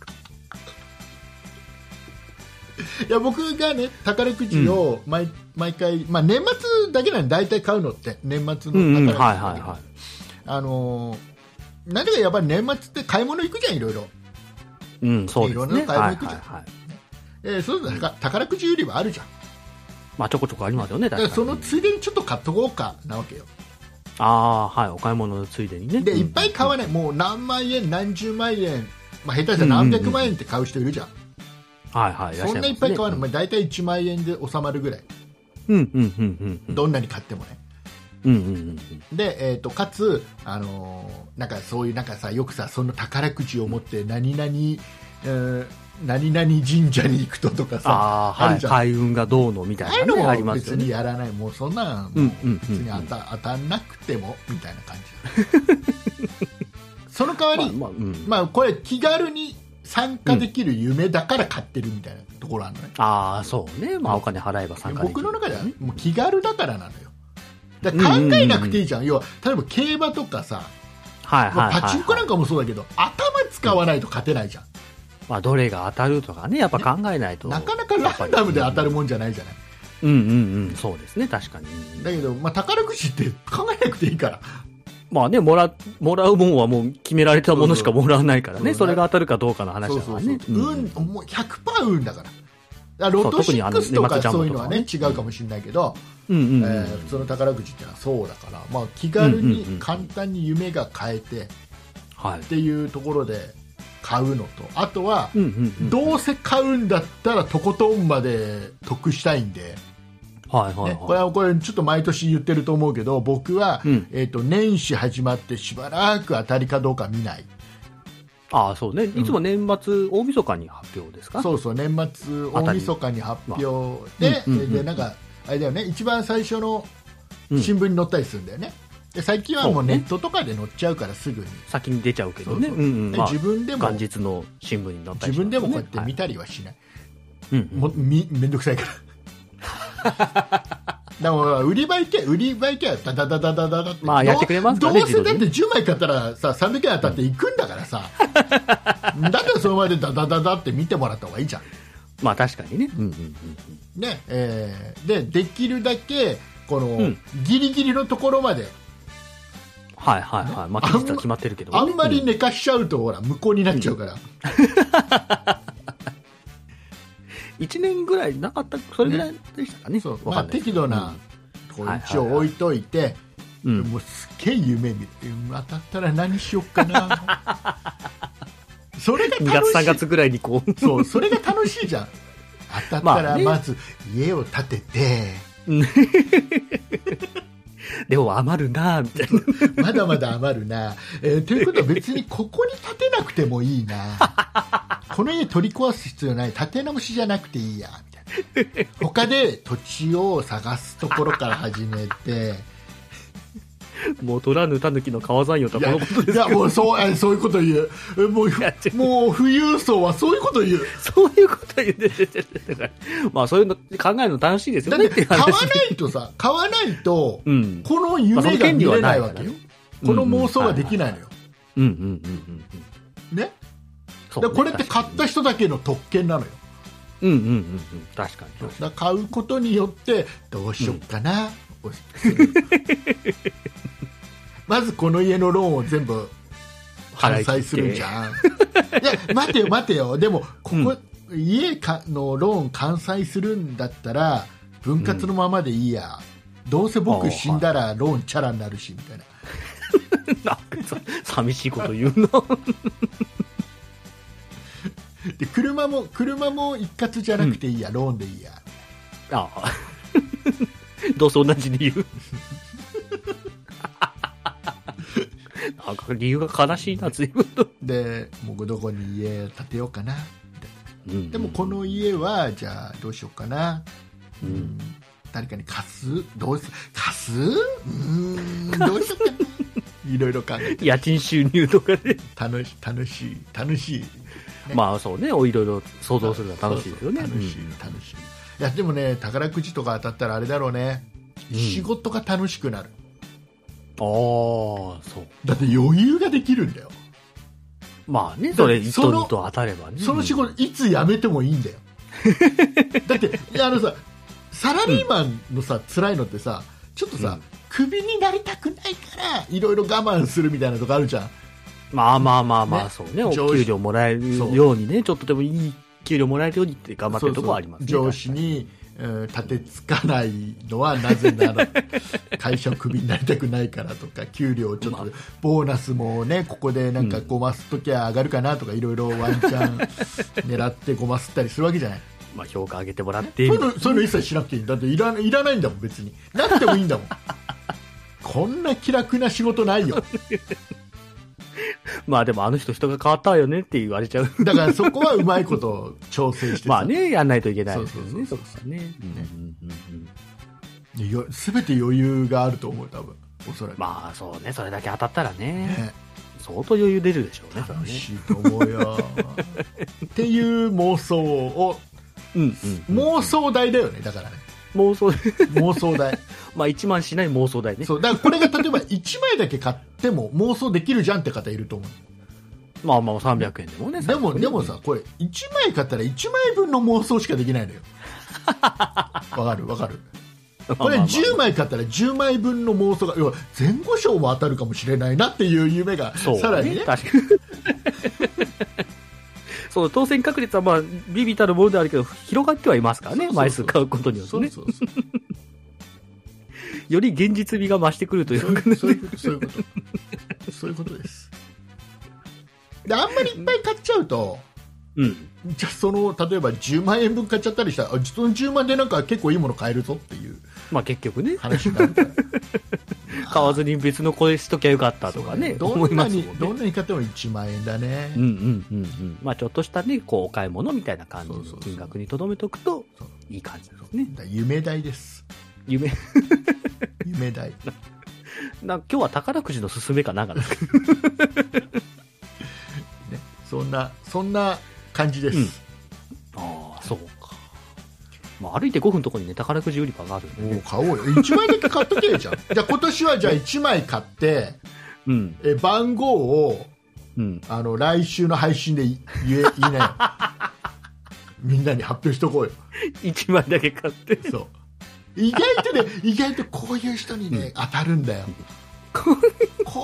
S2: いや僕がね、宝くじを毎,、毎回、まあ、年末だけなんで、大体買うのって、年末
S3: ら。うんうん、
S2: の宝くじだけ、
S3: はいはいは
S2: あのー何かやっぱり年末って買い物行くじゃん、いろいろ、
S3: い。うん、そうですね。
S2: いろんな買い物行くじゃん
S3: はいはいはい。
S2: えーそうすると宝宝くじ売り場あるじゃん、
S3: まあちょこちょこありますよね、
S2: だ
S3: 確
S2: か
S3: からに。
S2: そのついでにちょっと買っとこうかなわけよ、
S3: ああ、はい、お買い物のついでにね。
S2: で
S3: うん
S2: いっぱい買わない、もう何万円、何十万円、まあ、下手したら何百万円って買う人いるじゃん、
S3: はいはい、らしゃ
S2: そんないっぱい買わない、まあ、
S3: ますね
S2: 大体1万円で収まるぐらい、
S3: うんうんうんうん。
S2: どんなに買ってもね。
S3: うんうんうんうん。
S2: で、えー、とかつ、あのーなんかそういうなんかさよくさその宝くじを持って何々、えー何々神社に行くととかさあ
S3: ああ、は
S2: る
S3: い。
S2: じゃん
S3: 開運がどうのみた
S2: ああい
S3: いうな
S2: の
S3: ね、あり
S2: も
S3: ますよ
S2: 別
S3: ね
S2: に。やらない、もうそんなん、
S3: うん
S2: も
S3: うんうん
S2: 別に当た当たんなくてもみたいな感じ その代わり、まあ
S3: まあまあうん
S2: これ気軽に参加できる夢だから買ってるみたいなところあるのね、
S3: ああ、そうね。まあお金払えば参加でき
S2: 僕
S3: る。
S2: の中ではもう気軽だからなのよだから考えなくていいじゃん,、要は例えば競馬とかさ、
S3: はい
S2: ま
S3: は
S2: あ
S3: いはい。
S2: パチンコなんかもそうだけど、頭使わないと勝てないじゃん、
S3: まあどれが当たるとかね、やっぱ考えないと。
S2: なかなかランダムで当たるもんじゃないじゃない、
S3: うんうんうん、そうですね、確かに。
S2: だけど、まあ、宝くじって考えなくていいから、
S3: まあね、もら、もらうもんはもう決められたものしかもらわないからね、
S2: そ
S3: そ
S2: そ
S3: う
S2: う
S3: れが当たるかどうかの話だからね。うん
S2: 運もう100%運だから。だからロト
S3: そう特にあの
S2: 6と
S3: 年末
S2: か
S3: ジャンボ
S2: そういうのはね
S3: と
S2: 違
S3: かね
S2: うかもしれないけど、
S3: うんうん
S2: え
S3: うん
S2: ー普通の宝くじってのはそうだから、まあ、気軽に
S3: うんうんうん
S2: 簡単に夢が変えてっ
S3: はい。
S2: ていうところで買うのとあとは
S3: うんうんうん
S2: どうせ買うんだったらとことんまで得したいんで、
S3: はいはい
S2: ね、これ
S3: は
S2: はこれちょっと毎年言ってると思うけど僕は、
S3: い。うん。
S2: えー、と年始始まってしばらく当たりかどうか見ない
S3: ああ、そうね。いつも年末、大晦日に発表ですか
S2: そうそう年末
S3: あた
S2: 大
S3: り
S2: 晦日に発表で、
S3: うんうんうん
S2: でなんかあれだよね一番最初の
S3: うん
S2: 新聞に載ったりするんだよね、で最近はも
S3: そううね
S2: ネットとかで載っちゃうからすぐに、
S3: 先に出ちゃうけど
S2: そう
S3: ね。
S2: そう
S3: うんうん
S2: で
S3: まあ
S2: 自分でも
S3: 元日の新聞に載った
S2: 自
S3: りしますね
S2: 分でもこうやって見
S3: は
S2: たりはしない、
S3: いうんうん
S2: もみめんどくさいから だから売り場行け売り場行けダダダダダダダって
S3: まあやってくれますからね
S2: どうせ
S3: 自動
S2: だ
S3: で
S2: っ
S3: ね
S2: て10枚買ったらさ300円当たって行くんだから さ、だったらその前でダダダダって見てもらった方がいいじゃん
S3: まあ確かにね。うんうんうん
S2: ねえーでできるだけこの、
S3: うん
S2: ギリギリのところまで
S3: はいはいはい。まあ
S2: あん
S3: 期
S2: ま
S3: 日は決まってるけどね。
S2: あんまり
S3: う
S2: 寝かしちゃうと、ほら無効になっちゃうから、
S3: 一年ぐらいなかった、それぐらいでしたかね。
S2: そう
S3: わ
S2: ま
S3: か
S2: あ、
S3: んないで
S2: 適
S3: すけ
S2: 度
S3: ど
S2: な、こう
S3: はいはいはい
S2: 一応置いといて、
S3: うんうん
S2: もうすっげえ夢見るうん当たったら何しよっかな それが
S3: 2月3
S2: 楽し
S3: 月ぐらいにこう、
S2: いそうそれが楽しいじゃん当たった
S3: まあ
S2: ら
S3: ね
S2: まず家を建てて、
S3: でも余るなぁみたいな。
S2: まだまだ余るな、えーということは別にここに建てなくてもいい なこの家取り壊す必要ない建て直しじゃなくていいやみたいな他で土地を探すところから始めて
S3: もう取らぬ狸の川山よと
S2: い
S3: は
S2: や
S3: このことで
S2: い
S3: す
S2: や
S3: け
S2: も
S3: ど。
S2: うそうえーそういうこと言うえもうふ
S3: いや違う
S2: もう富裕層はそういうこと言う
S3: そういうこと言っててててて。まあそういうの考えるの楽しいです
S2: だ
S3: よ
S2: っ
S3: ね
S2: て
S3: っていう
S2: 買わな
S3: 話。
S2: いとさ買わないと
S3: うん。
S2: この夢が見れないわけよ、
S3: まあその権利はないからね
S2: この妄想はできないのよ、
S3: うんうんうんうんうん。
S2: ね
S3: そ
S2: でこれって買った人だけの特権なのよ
S3: うんうんうんうん。確かに。確かに
S2: だから買うことによってどうしよっかな、をするまずこの家のローンを全部返
S3: 払い切っ
S2: 済
S3: て
S2: するじ ゃんいや待てよ待てよでもここ、家かのローン完済するんだったら分割のままでいいや、どうせ僕死んだらローンチャラになるしみたいな
S3: なんかさ寂しいこと言うな。
S2: で車も車も一括じゃなくていいや、ローンでいいや
S3: ああどうせ同じ理由なんか理由が悲しいな随分と、
S2: で僕どこに家建てようかな
S3: うん
S2: でもこの家はじゃあどうしようかな、
S3: うん
S2: 誰かに貸すどうす貸 すうーんどうしようかないろいろ考えて
S3: 家賃収入とかで、
S2: 楽しい楽しい楽しいね
S3: まあそうねおいろいろ想像するのは楽しいですよね
S2: そうそう楽しい楽しいいやでもね宝くじとか当たったらあれだろうね、
S3: うん
S2: 仕事が楽しくなる
S3: うんああそう
S2: だって余裕ができるんだよ
S3: まあねそれ
S2: だ
S3: 一
S2: そ
S3: と
S2: の
S3: 二と当たればね
S2: その仕事いつ辞めてもいいん だよだっていやあのさサラリーマンのさ、辛いのってさちょっとさ、
S3: うん
S2: クビになりたくないからいろいろ我慢するみたいなとこあるじゃん
S3: まあまあまあまあ、
S2: ね
S3: そうね、
S2: 上
S3: お
S2: 司
S3: 給料もらえるようにね、ちょっとでもいい給料もらえるようにって頑張ってるとこはありますね。
S2: そうそう上司に、うん立てつかないのはなぜなら会社をクビになりたくないからとか給料ちょっと、
S3: まあ
S2: ボーナスもねここでなんかごますときゃ上がるかなとかいろいろワンチャン狙ってごますったりするわけじゃない
S3: まあ評価上げてもらって
S2: そういうのそういうの一切しなくていいだっていらいらないんだもん別になくてもいいんだ もんこんな気楽な仕事ないよ
S3: まあでもあの人人が変わったわよねって言われちゃう。
S2: だからそこはうまいこと調整してさ
S3: まあね、やんないといけないですよ
S2: そう
S3: ね、
S2: そ
S3: そうう
S2: そう
S3: ですね。うんうんうんうん
S2: よ全て余裕があると思う多分おそらく、
S3: まあそうね、それだけ当たったらね、
S2: ね
S3: 相当余裕出るでしょうね、それは
S2: 楽
S3: ね。
S2: しいと思うよっていう妄想を
S3: うんうん。
S2: 妄想代だよねだからね
S3: 妄想、
S2: 妄想代
S3: まあ1万しない妄想代ね。
S2: そうだからこれが例えば1枚だけ買っても妄想できるじゃんって方いると思う
S3: まあまあ300円でもね。
S2: でも
S3: 300円
S2: でもさこれ1枚買ったら1枚分の妄想しかできないのよわかるわかるこれ
S3: まあまあまあ
S2: 10枚買ったら10枚分の妄想が要は前後賞も当たるかもしれないなっていう夢が
S3: そう、
S2: さらにね
S3: 確かに そう当選確率は、まあ、ビビたるものであるけど、広がってはいますからね、
S2: そうそうそう
S3: 枚数買うことによって
S2: そう
S3: ね。
S2: そうそう
S3: より現実味が増してくるとい
S2: そう
S3: う
S2: い
S3: か、
S2: うそういうことそういうことそういうことですであんまりいっぱい買っちゃうと
S3: うん。
S2: じゃあその例えば10万円分買っちゃったりしたらあその10万でなんか結構いいもの買えるぞっていう
S3: まあ結局ね、
S2: 話になるから
S3: 買わずに別のこれしときゃよかったとかね、
S2: ど
S3: 思い
S2: んな
S3: ます
S2: に、
S3: もん
S2: ど
S3: ね。
S2: んなに買っても1万円だね、
S3: うんうんうんうん。まあちょっとしたね、こう、お買い物みたいな感じの
S2: そうそうそう
S3: 金額にとどめとくと
S2: そう、
S3: いい感じですね。
S2: だ夢代です
S3: 夢、
S2: 夢代
S3: なんか今日は宝くじの勧めかなんかですか
S2: ねそんなそんな感じです、
S3: うんああ、そうか。まあ歩いて5分のところにね、宝くじ売り場があるんで
S2: もう
S3: ね。
S2: 買おうよ1枚だけ買っとけよじゃんじゃあ今年はじゃあ1枚買って
S3: うん。
S2: え番号を
S3: うん。
S2: あの来週の配信で言え 言いなよみんなに発表しとこうよ
S3: 1枚だけ買って。
S2: そう意外とね意外とこういう人にね、当たるんだよこ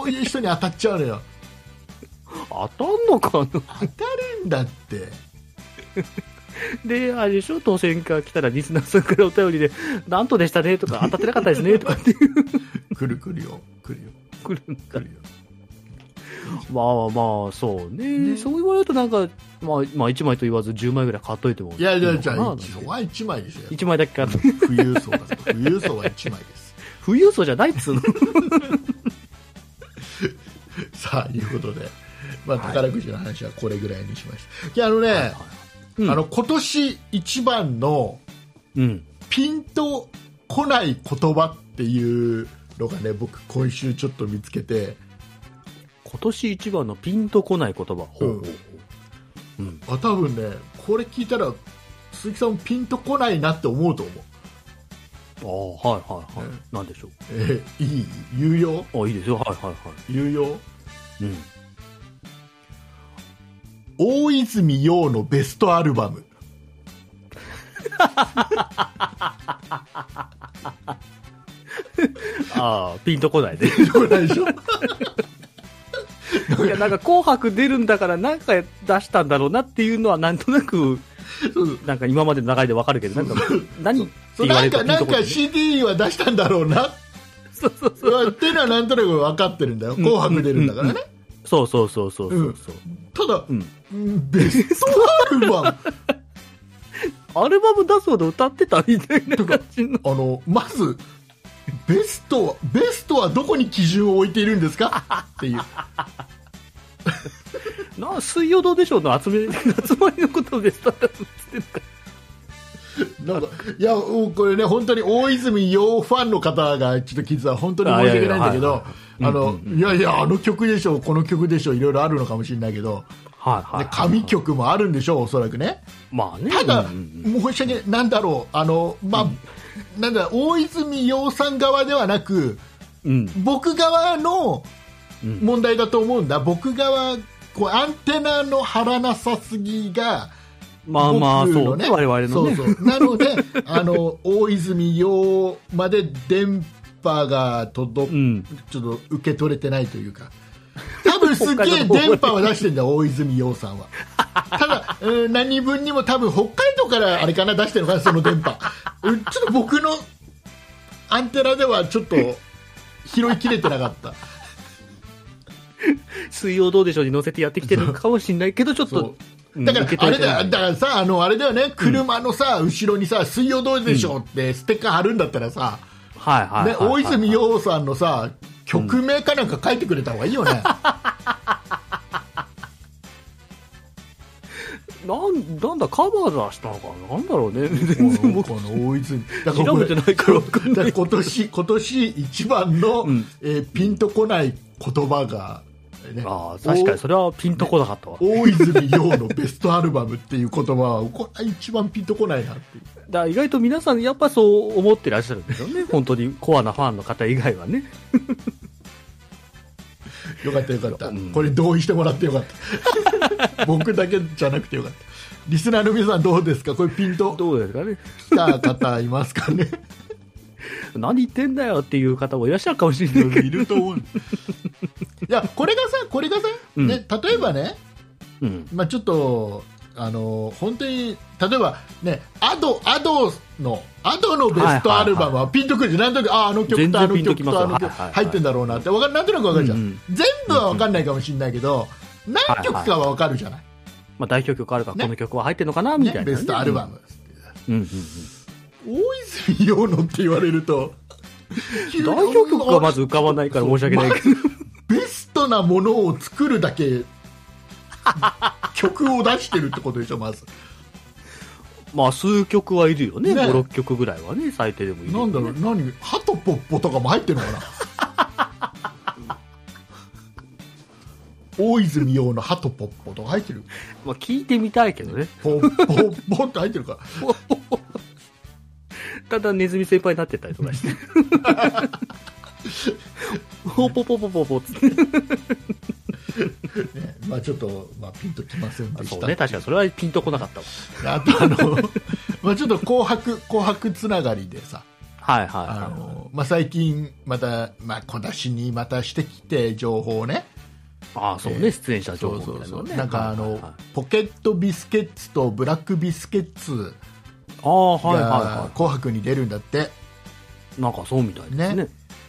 S2: ういう人に当たっちゃうのよ
S3: 当たんのかな
S2: 当たるんだって
S3: で、あれでしょ、当選が来たらリスナーさんからお便りで、なんとでしたねとか、当たってなかったですねとかっていう
S2: 来る来るよ来るよ
S3: 来るんだ
S2: 来。るよ
S3: まあまあ、そうね。
S2: ね
S3: そう言われるとなんか、まあ、まあ1枚と言わず10枚ぐらい買っといてもい
S2: いやいや
S3: の
S2: じ
S3: か
S2: ゃ
S3: な
S2: あそこは1枚でしょ
S3: 1枚だけ買って。
S2: 富裕層だから富裕層は1枚です
S3: 富裕層じゃないっつうの。
S2: さあいうことで、まあ、宝くじの話はこれぐらいにしました、いやあのね、
S3: うん
S2: あの今年一番の
S3: うん。
S2: ピンとこない言葉っていうのがね僕今週ちょっと見つけて
S3: 今年一番のピンとこない言葉。ほうほうほう。うん。
S2: あ多分ねこれ聞いたら鈴木さんもピンとこないなって思うと思う、
S3: ああ、はいはいはい。なんでしょ
S2: えーいい有用
S3: う。あいいですよ。はいはいは
S2: 有用
S3: い。 うん。
S2: 大泉洋のベストアルバム
S3: ああ、ピンとこないね。
S2: ピンとこないでしょ
S3: いや、なんか紅白出るんだから、なんか出したんだろうなっていうのは、なんとなく、
S2: そう
S3: なんか今までの流れでわかるけど、なんか、何って
S2: そう
S3: 言わ
S2: な
S3: れ
S2: ん
S3: る
S2: か
S3: と
S2: なん
S3: ピンとこ
S2: か
S3: い
S2: CD は出したんだろうな
S3: そうそうそう。
S2: うんっていうのはなんとなく分かってるんだよ「紅白」出るんだからね
S3: そうそうそうそうそうそう。
S2: ただ
S3: うん。
S2: うんベストアルバム
S3: アルバム出そうで歌ってたみたいな感じの。
S2: あのまずベストはベストはどこに基準を置いているんですかっていう
S3: な、水曜どうでしょうの集め、集まりのことでスタートってるか
S2: なんかいやうんこれね本当に大泉洋ファンの方がちょっと聞いてたら本当に申し訳ないんだけど
S3: や
S2: あ
S3: いやはいはい
S2: のいやいやあの曲でしょこの曲でしょいろいろあるのかもしれないけど
S3: はいはい、
S2: で神曲もあるんでしょうおそらくね
S3: まあね。
S2: ただ
S3: うんうん
S2: 申し訳なんだろうあのまあなんだ大泉洋さん側ではなく
S3: うん。
S2: 僕側の
S3: うん
S2: 問題だと思うんだ僕側こうアンテナの張らなさすぎが
S3: まあまあ、
S2: 僕
S3: そ
S2: の
S3: うね。我々のね。
S2: そうそうなのであの大泉洋まで電波が届
S3: う
S2: く
S3: ん。
S2: ちょっと受け取れてないというか多分すっげえ電波は出してるんだ大泉洋さんはただ、うん何分にも多分北海道からあれかな出してるのかなその電波うんちょっと僕のアンテナではちょっと拾いきれてなかった
S3: 水曜どうでしょうに乗せてやってきてるかもしれないけど、ちょっと
S2: そ。
S3: うん
S2: だから
S3: 受
S2: あ
S3: け
S2: れ
S3: 取てな
S2: だ
S3: い
S2: だからさあのあれだよね車のさ、後ろにさ「水曜どうでしょう」ってステッカー貼るんだったらさ、
S3: はいはいはい
S2: ね
S3: はい。
S2: 大泉洋さんのさ曲名かなんか書いてくれた方がいいよね、
S3: なん、なんだ、カバー出したのかななんだろうね。 全然 僕、
S2: この大泉だから
S3: 調
S2: こ
S3: べ
S2: れ
S3: てないからわかん
S2: だ
S3: な
S2: から
S3: い。
S2: 今年今年一番の、
S3: うん
S2: えーピンとこない言葉が、ね、
S3: ああ、確かにそれはピンとこなかったわ。
S2: お大泉洋のベストアルバムっていう言葉はこれ一番ピンとこないなっていう
S3: だから意外と皆さん、やっぱそう思ってらっしゃるんです よね。本当にコアなファンの方以外はね。
S2: よかったよかった、
S3: うん
S2: これ同意してもらってよかった 僕だけじゃなくてよかったリスナーの皆さんどうですかこれピンと
S3: どうですかね。
S2: きた方いますかね
S3: 何言ってんだよっていう方もいらっしゃるかもしれ
S2: い
S3: ないけど。
S2: ると思ういやこれがさこれがさ、
S3: うん
S2: ね、例えばね、
S3: うん。
S2: まあ、ちょっとあの本当に例えばねアドアドのアドのベストアルバムはピンとくるじゃん、なんとなくああの曲
S3: 全
S2: と
S3: 然
S2: あの
S3: ピンとき
S2: 曲
S3: ます
S2: と
S3: よ
S2: あの曲
S3: はいはいはい
S2: 入ってんだろうなってわかるなんとなくわかるじゃん、
S3: うん
S2: 全部はわかんないかもしれないけど、何曲かはわかるじゃない、
S3: まあ、代表曲あるから、
S2: ね
S3: この曲は入ってるのかなみたいな、
S2: ね、
S3: ね。
S2: ベストアルバム、
S3: うん。うんうん
S2: 大泉洋のって言われると
S3: うん。代表曲がまず浮かばないから申し訳ないけど。
S2: ベストなものを作るだけ曲を出してるってことでしょまず
S3: まあ、数曲はいるよね。
S2: ね
S3: 5、6曲ぐらいはね、最低でもいる、
S2: なんだろう、何、ハトポッポとかも入ってるのかな。大泉洋のハトポッポとか入ってる。
S3: まあ、聞いてみたいけどね。
S2: ポッポッポって入ってるか。
S3: ただネズミ先輩になってたりとか して。ポポポポポポっつって。
S2: ら、ね、まあちょっと、まあピンときませんでし
S3: そ
S2: た。
S3: うね、確かにそれはピンとこなかったわ。
S2: あとあの、 まあちょっと紅白、紅白つながりでさ、
S3: はいはい
S2: あ
S3: は
S2: の、まあ最近また、まあ小出しにまたしてきて情報をね。
S3: い。ああ、そう
S2: え
S3: ね、
S2: ー
S3: 出演者情報みたいなのね。
S2: なんかあ
S3: はいはい
S2: の
S3: はい、
S2: ポケットビスケッツとブラックビスケッツ
S3: ああ、はいはい
S2: が
S3: は
S2: 紅白に出るんだって。
S3: い。なんかそうみたいですね
S2: ね。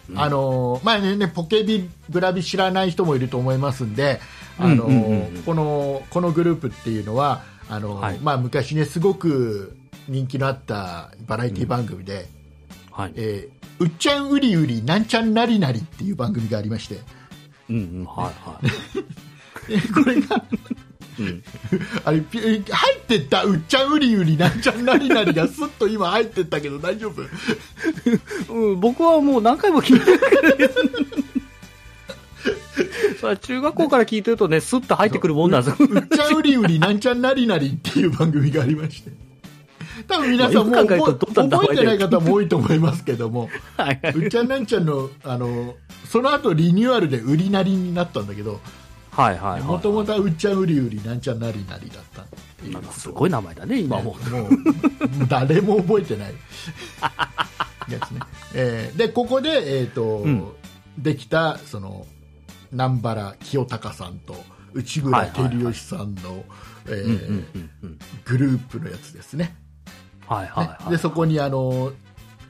S2: うんあのまあねね、ポケビブラビ知らない人もいると思いますんで、あの
S3: うんうんうんうん
S2: このこのグループっていうのはあの、
S3: はい
S2: まあ、昔ねすごく人気のあったバラエティ番組で、
S3: はい。
S2: えーうっちゃんうりうりなんちゃんなりなりっていう番組がありまして、
S3: うんうん、はいはい。
S2: えこれが
S3: うん
S2: あれピ入ってったうっちゃんうりうりなんちゃんなりなりがすっと今入ってったけど大丈夫
S3: うん、僕はもう何回も聞いてる からねそれは中学校から聞いてるとね、スッと入ってくるもんなんですよ。
S2: うっちゃんうりうりなんちゃんなりなりっていう番組がありまして。多分皆さんも
S3: まあ
S2: う
S3: よく考えると
S2: 覚え
S3: どんな名
S2: 覚
S3: 前
S2: え
S3: だ
S2: て
S3: よ
S2: ない方も多いと思いますけども、
S3: はいはいう
S2: っちゃんなんちゃんの、あの、その後リニューアルで売りなりになったんだけど、
S3: はいはい。
S2: もともとはうっちゃんうりうりなんちゃんなりなりだったっていう
S3: なんかすごい名前だね、今も。
S2: もう誰も覚えてないやつね、えーでここで、えーと
S3: ん
S2: できたその南原清隆さんと内
S3: は
S2: 村
S3: いはいはい
S2: 照吉さんのえ
S3: うんうん
S2: ー
S3: うんうん。
S2: グループのやつですね、
S3: はいはいはい。
S2: ねでそこにあの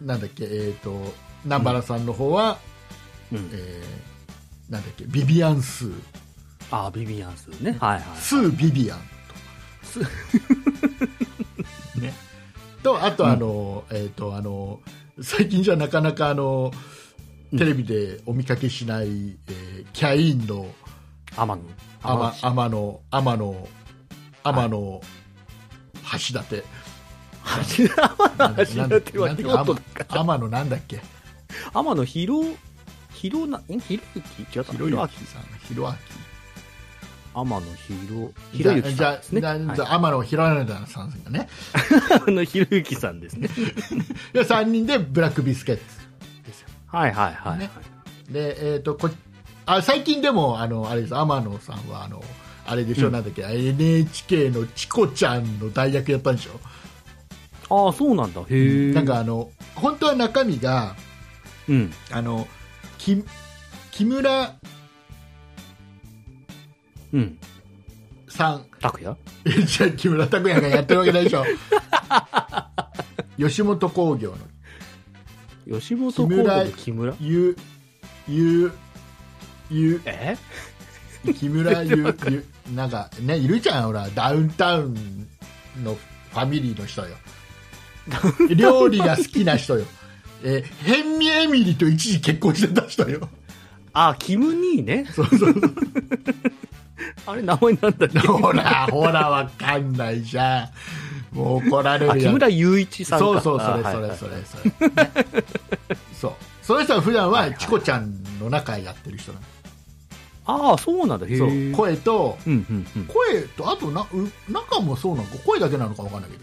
S2: なんだっけ、えー、と南原さんの方は、
S3: うん
S2: えーなんだっけビビアンスー
S3: あ、ビビアンスね。はいはい。
S2: スービビアン
S3: ス
S2: と。ね。と、あとあの、えっ、と、あの、最近じゃなかなかあの、テレビでお見かけしない、えーキャインの
S3: 天野。
S2: 天
S3: 天野
S2: 天野、天野、天野、橋立。
S3: 柱 天野柱
S2: なん
S3: っては
S2: なん
S3: 見
S2: て
S3: 事だ
S2: か天天野なんだっけ
S3: 天野広広な、ん広之違った。
S2: ひろゆ
S3: 広
S2: きさんひろあ
S3: 明天野広、
S2: き
S3: 広之
S2: じ
S3: さ
S2: ゃ
S3: ん
S2: あ
S3: ですね。
S2: じゃあじゃあ天野ひろあきさんがね
S3: あの、ひろゆきさんですね。
S2: で3人でブラックビスケッツですよ
S3: はいはいはい。
S2: ねでえっ、とこあ最近でもあのあれです天野さんはあのあれでしょ、
S3: うん
S2: なんだっけ NHK のチコちゃんの代役やったんでしょ
S3: ああ、そうなんだ。へえ。
S2: なんか、あの本当は中身が
S3: うん。
S2: あのき木村
S3: うん。
S2: さん
S3: 拓也
S2: えじゃあ木村拓哉がやってるわけない でしょ吉本興業の
S3: 吉本興業の木村
S2: ゆゆゆ
S3: え
S2: 木村ゆゆなんかねいるじゃんほらダウンタウンのファミリーの人よ料理が好きな人よえヘンミエミリと一時結婚してた人よ
S3: あ、キム兄ね。そうそうあれ、名前なん だっけ
S2: ほらほらわかんないじゃんもう怒られ
S3: あ、
S2: る
S3: 木
S2: やん
S3: 村雄一さんか。
S2: そうそうそ
S3: あ
S2: れ
S3: はい
S2: そ
S3: はい
S2: れそれそれ、ねそうその人は普段はチコちゃんの中やってる人なの、
S3: ああ、そうなんだ。へえ。
S2: そう声と
S3: うんうんうん。
S2: 声とあとなう中もそうなのか声だけなのかわかんないけ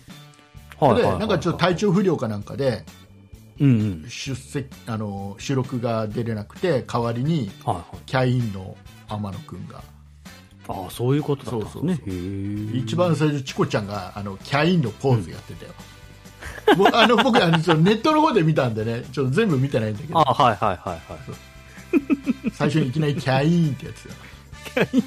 S2: ど、
S3: はいはいはい
S2: でなんかちょっと体調不良かなんかで
S3: うんうん。
S2: 出席あの収録が出れなくて代わりに
S3: はいはい。
S2: キャインの天野くんが
S3: ああ、そういうことだったんです
S2: そう
S3: ね。へえ
S2: 一番最初チコちゃんがあのキャインのポーズやってたよ、もうあの僕あのちょっとネットの方で見たんでねちょっと全部見てないんだけ
S3: あ
S2: ど
S3: あ、はいはいはいはい。
S2: 最初にいきなりキャインってやつ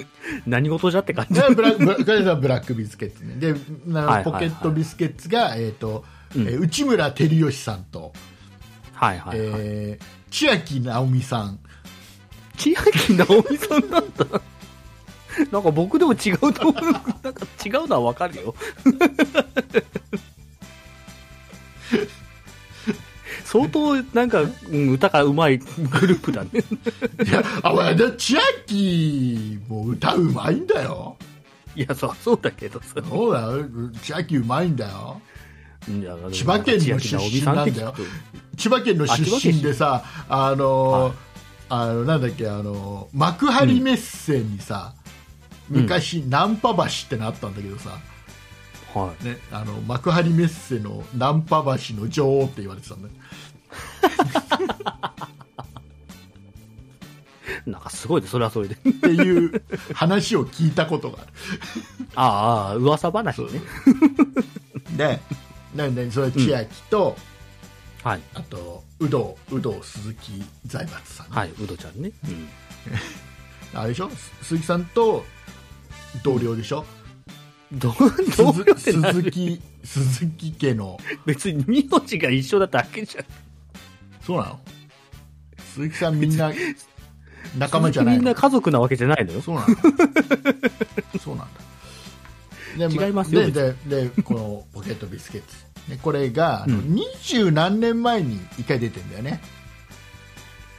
S2: よ
S3: 何事じゃって感じ。
S2: でブラブラ彼らはブラックビスケッツねでな
S3: はいはい
S2: ポケットビスケッツが、えーと
S3: うん
S2: えー内村光良さんと、
S3: はいはいはい。
S2: えー千秋直美さん
S3: 千秋直美さんだったな。なんか僕でも違うと思う。なんか違うのはわかるよ。相当なんか、うん、歌がうまいグループだね。
S2: いやあまあで千秋も歌うまいんだよ
S3: いや、そう、そうだけどさ。
S2: そうだよ千秋うまいんだよ
S3: いや
S2: 千葉県の出身なんだよ。千葉県の出身でさあのー、あのなんだっけあのー幕張メッセにさ、
S3: うん
S2: 昔、ナンパ橋ってのあったんだけどさ、
S3: は
S2: ね、あの幕張メッセのナンパ橋の女王って言われてたんだよ
S3: い。なんかすごいで、それはそれで。
S2: っていう話を聞いたことがあ
S3: ああ、噂話 ね。
S2: るでなんでそれ千秋と、
S3: はい。
S2: あと有働有働鈴木財閥さん、
S3: はい、ウドちゃんね。うん。
S2: あれでしょす鈴木さんと同僚でしょ、
S3: ど、
S2: 鈴
S3: どうよってな
S2: 鈴木鈴木家の
S3: 別に名字が一緒だだけじゃん。
S2: そうなの鈴木さんみんな仲間じゃない
S3: みん
S2: の
S3: な家族なわけじゃないのよ。
S2: そうなんだそうなんだで
S3: 違います
S2: で
S3: よ
S2: ででこのポケットビスケッツ、ね、これがあの
S3: うん
S2: 二十、何年前に一回出てんだよね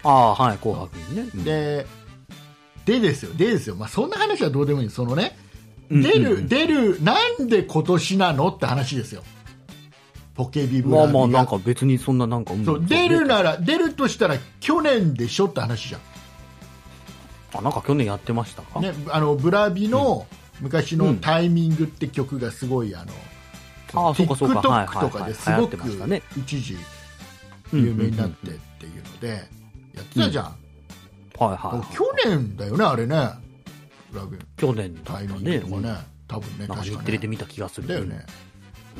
S3: ああ、はい、紅白にね。うん
S2: ででですよでですよ、まあ、そんな話はどうでもいいそのね
S3: うん
S2: 出る、
S3: うんうん
S2: 出るなんで今年なのって話ですよポケビブ
S3: ま
S2: ラ
S3: あ
S2: ビア
S3: まあ、なんか別にそんな、なんか、ん
S2: そう出るなら出るとしたら去年でしょって話じゃん
S3: あ、なんか去年やってましたか、
S2: ね、あのブラビの昔
S3: う
S2: の
S3: ん
S2: タイミングって曲がすごいあの、
S3: ああそうかそうか
S2: TikTok とかです
S3: はいはい
S2: ご
S3: はい流行って
S2: く
S3: ましたね
S2: 一時
S3: うん
S2: 有名になってっていうのでやってたじゃん、
S3: はいはいはい。
S2: 去年だよねあれねブラビの
S3: 去年だっ
S2: タ
S3: た
S2: イミン
S3: ね。
S2: グとかね多分ね
S3: なんか
S2: 確
S3: 日
S2: か
S3: テレで
S2: ね
S3: 見た気がする。
S2: だよね、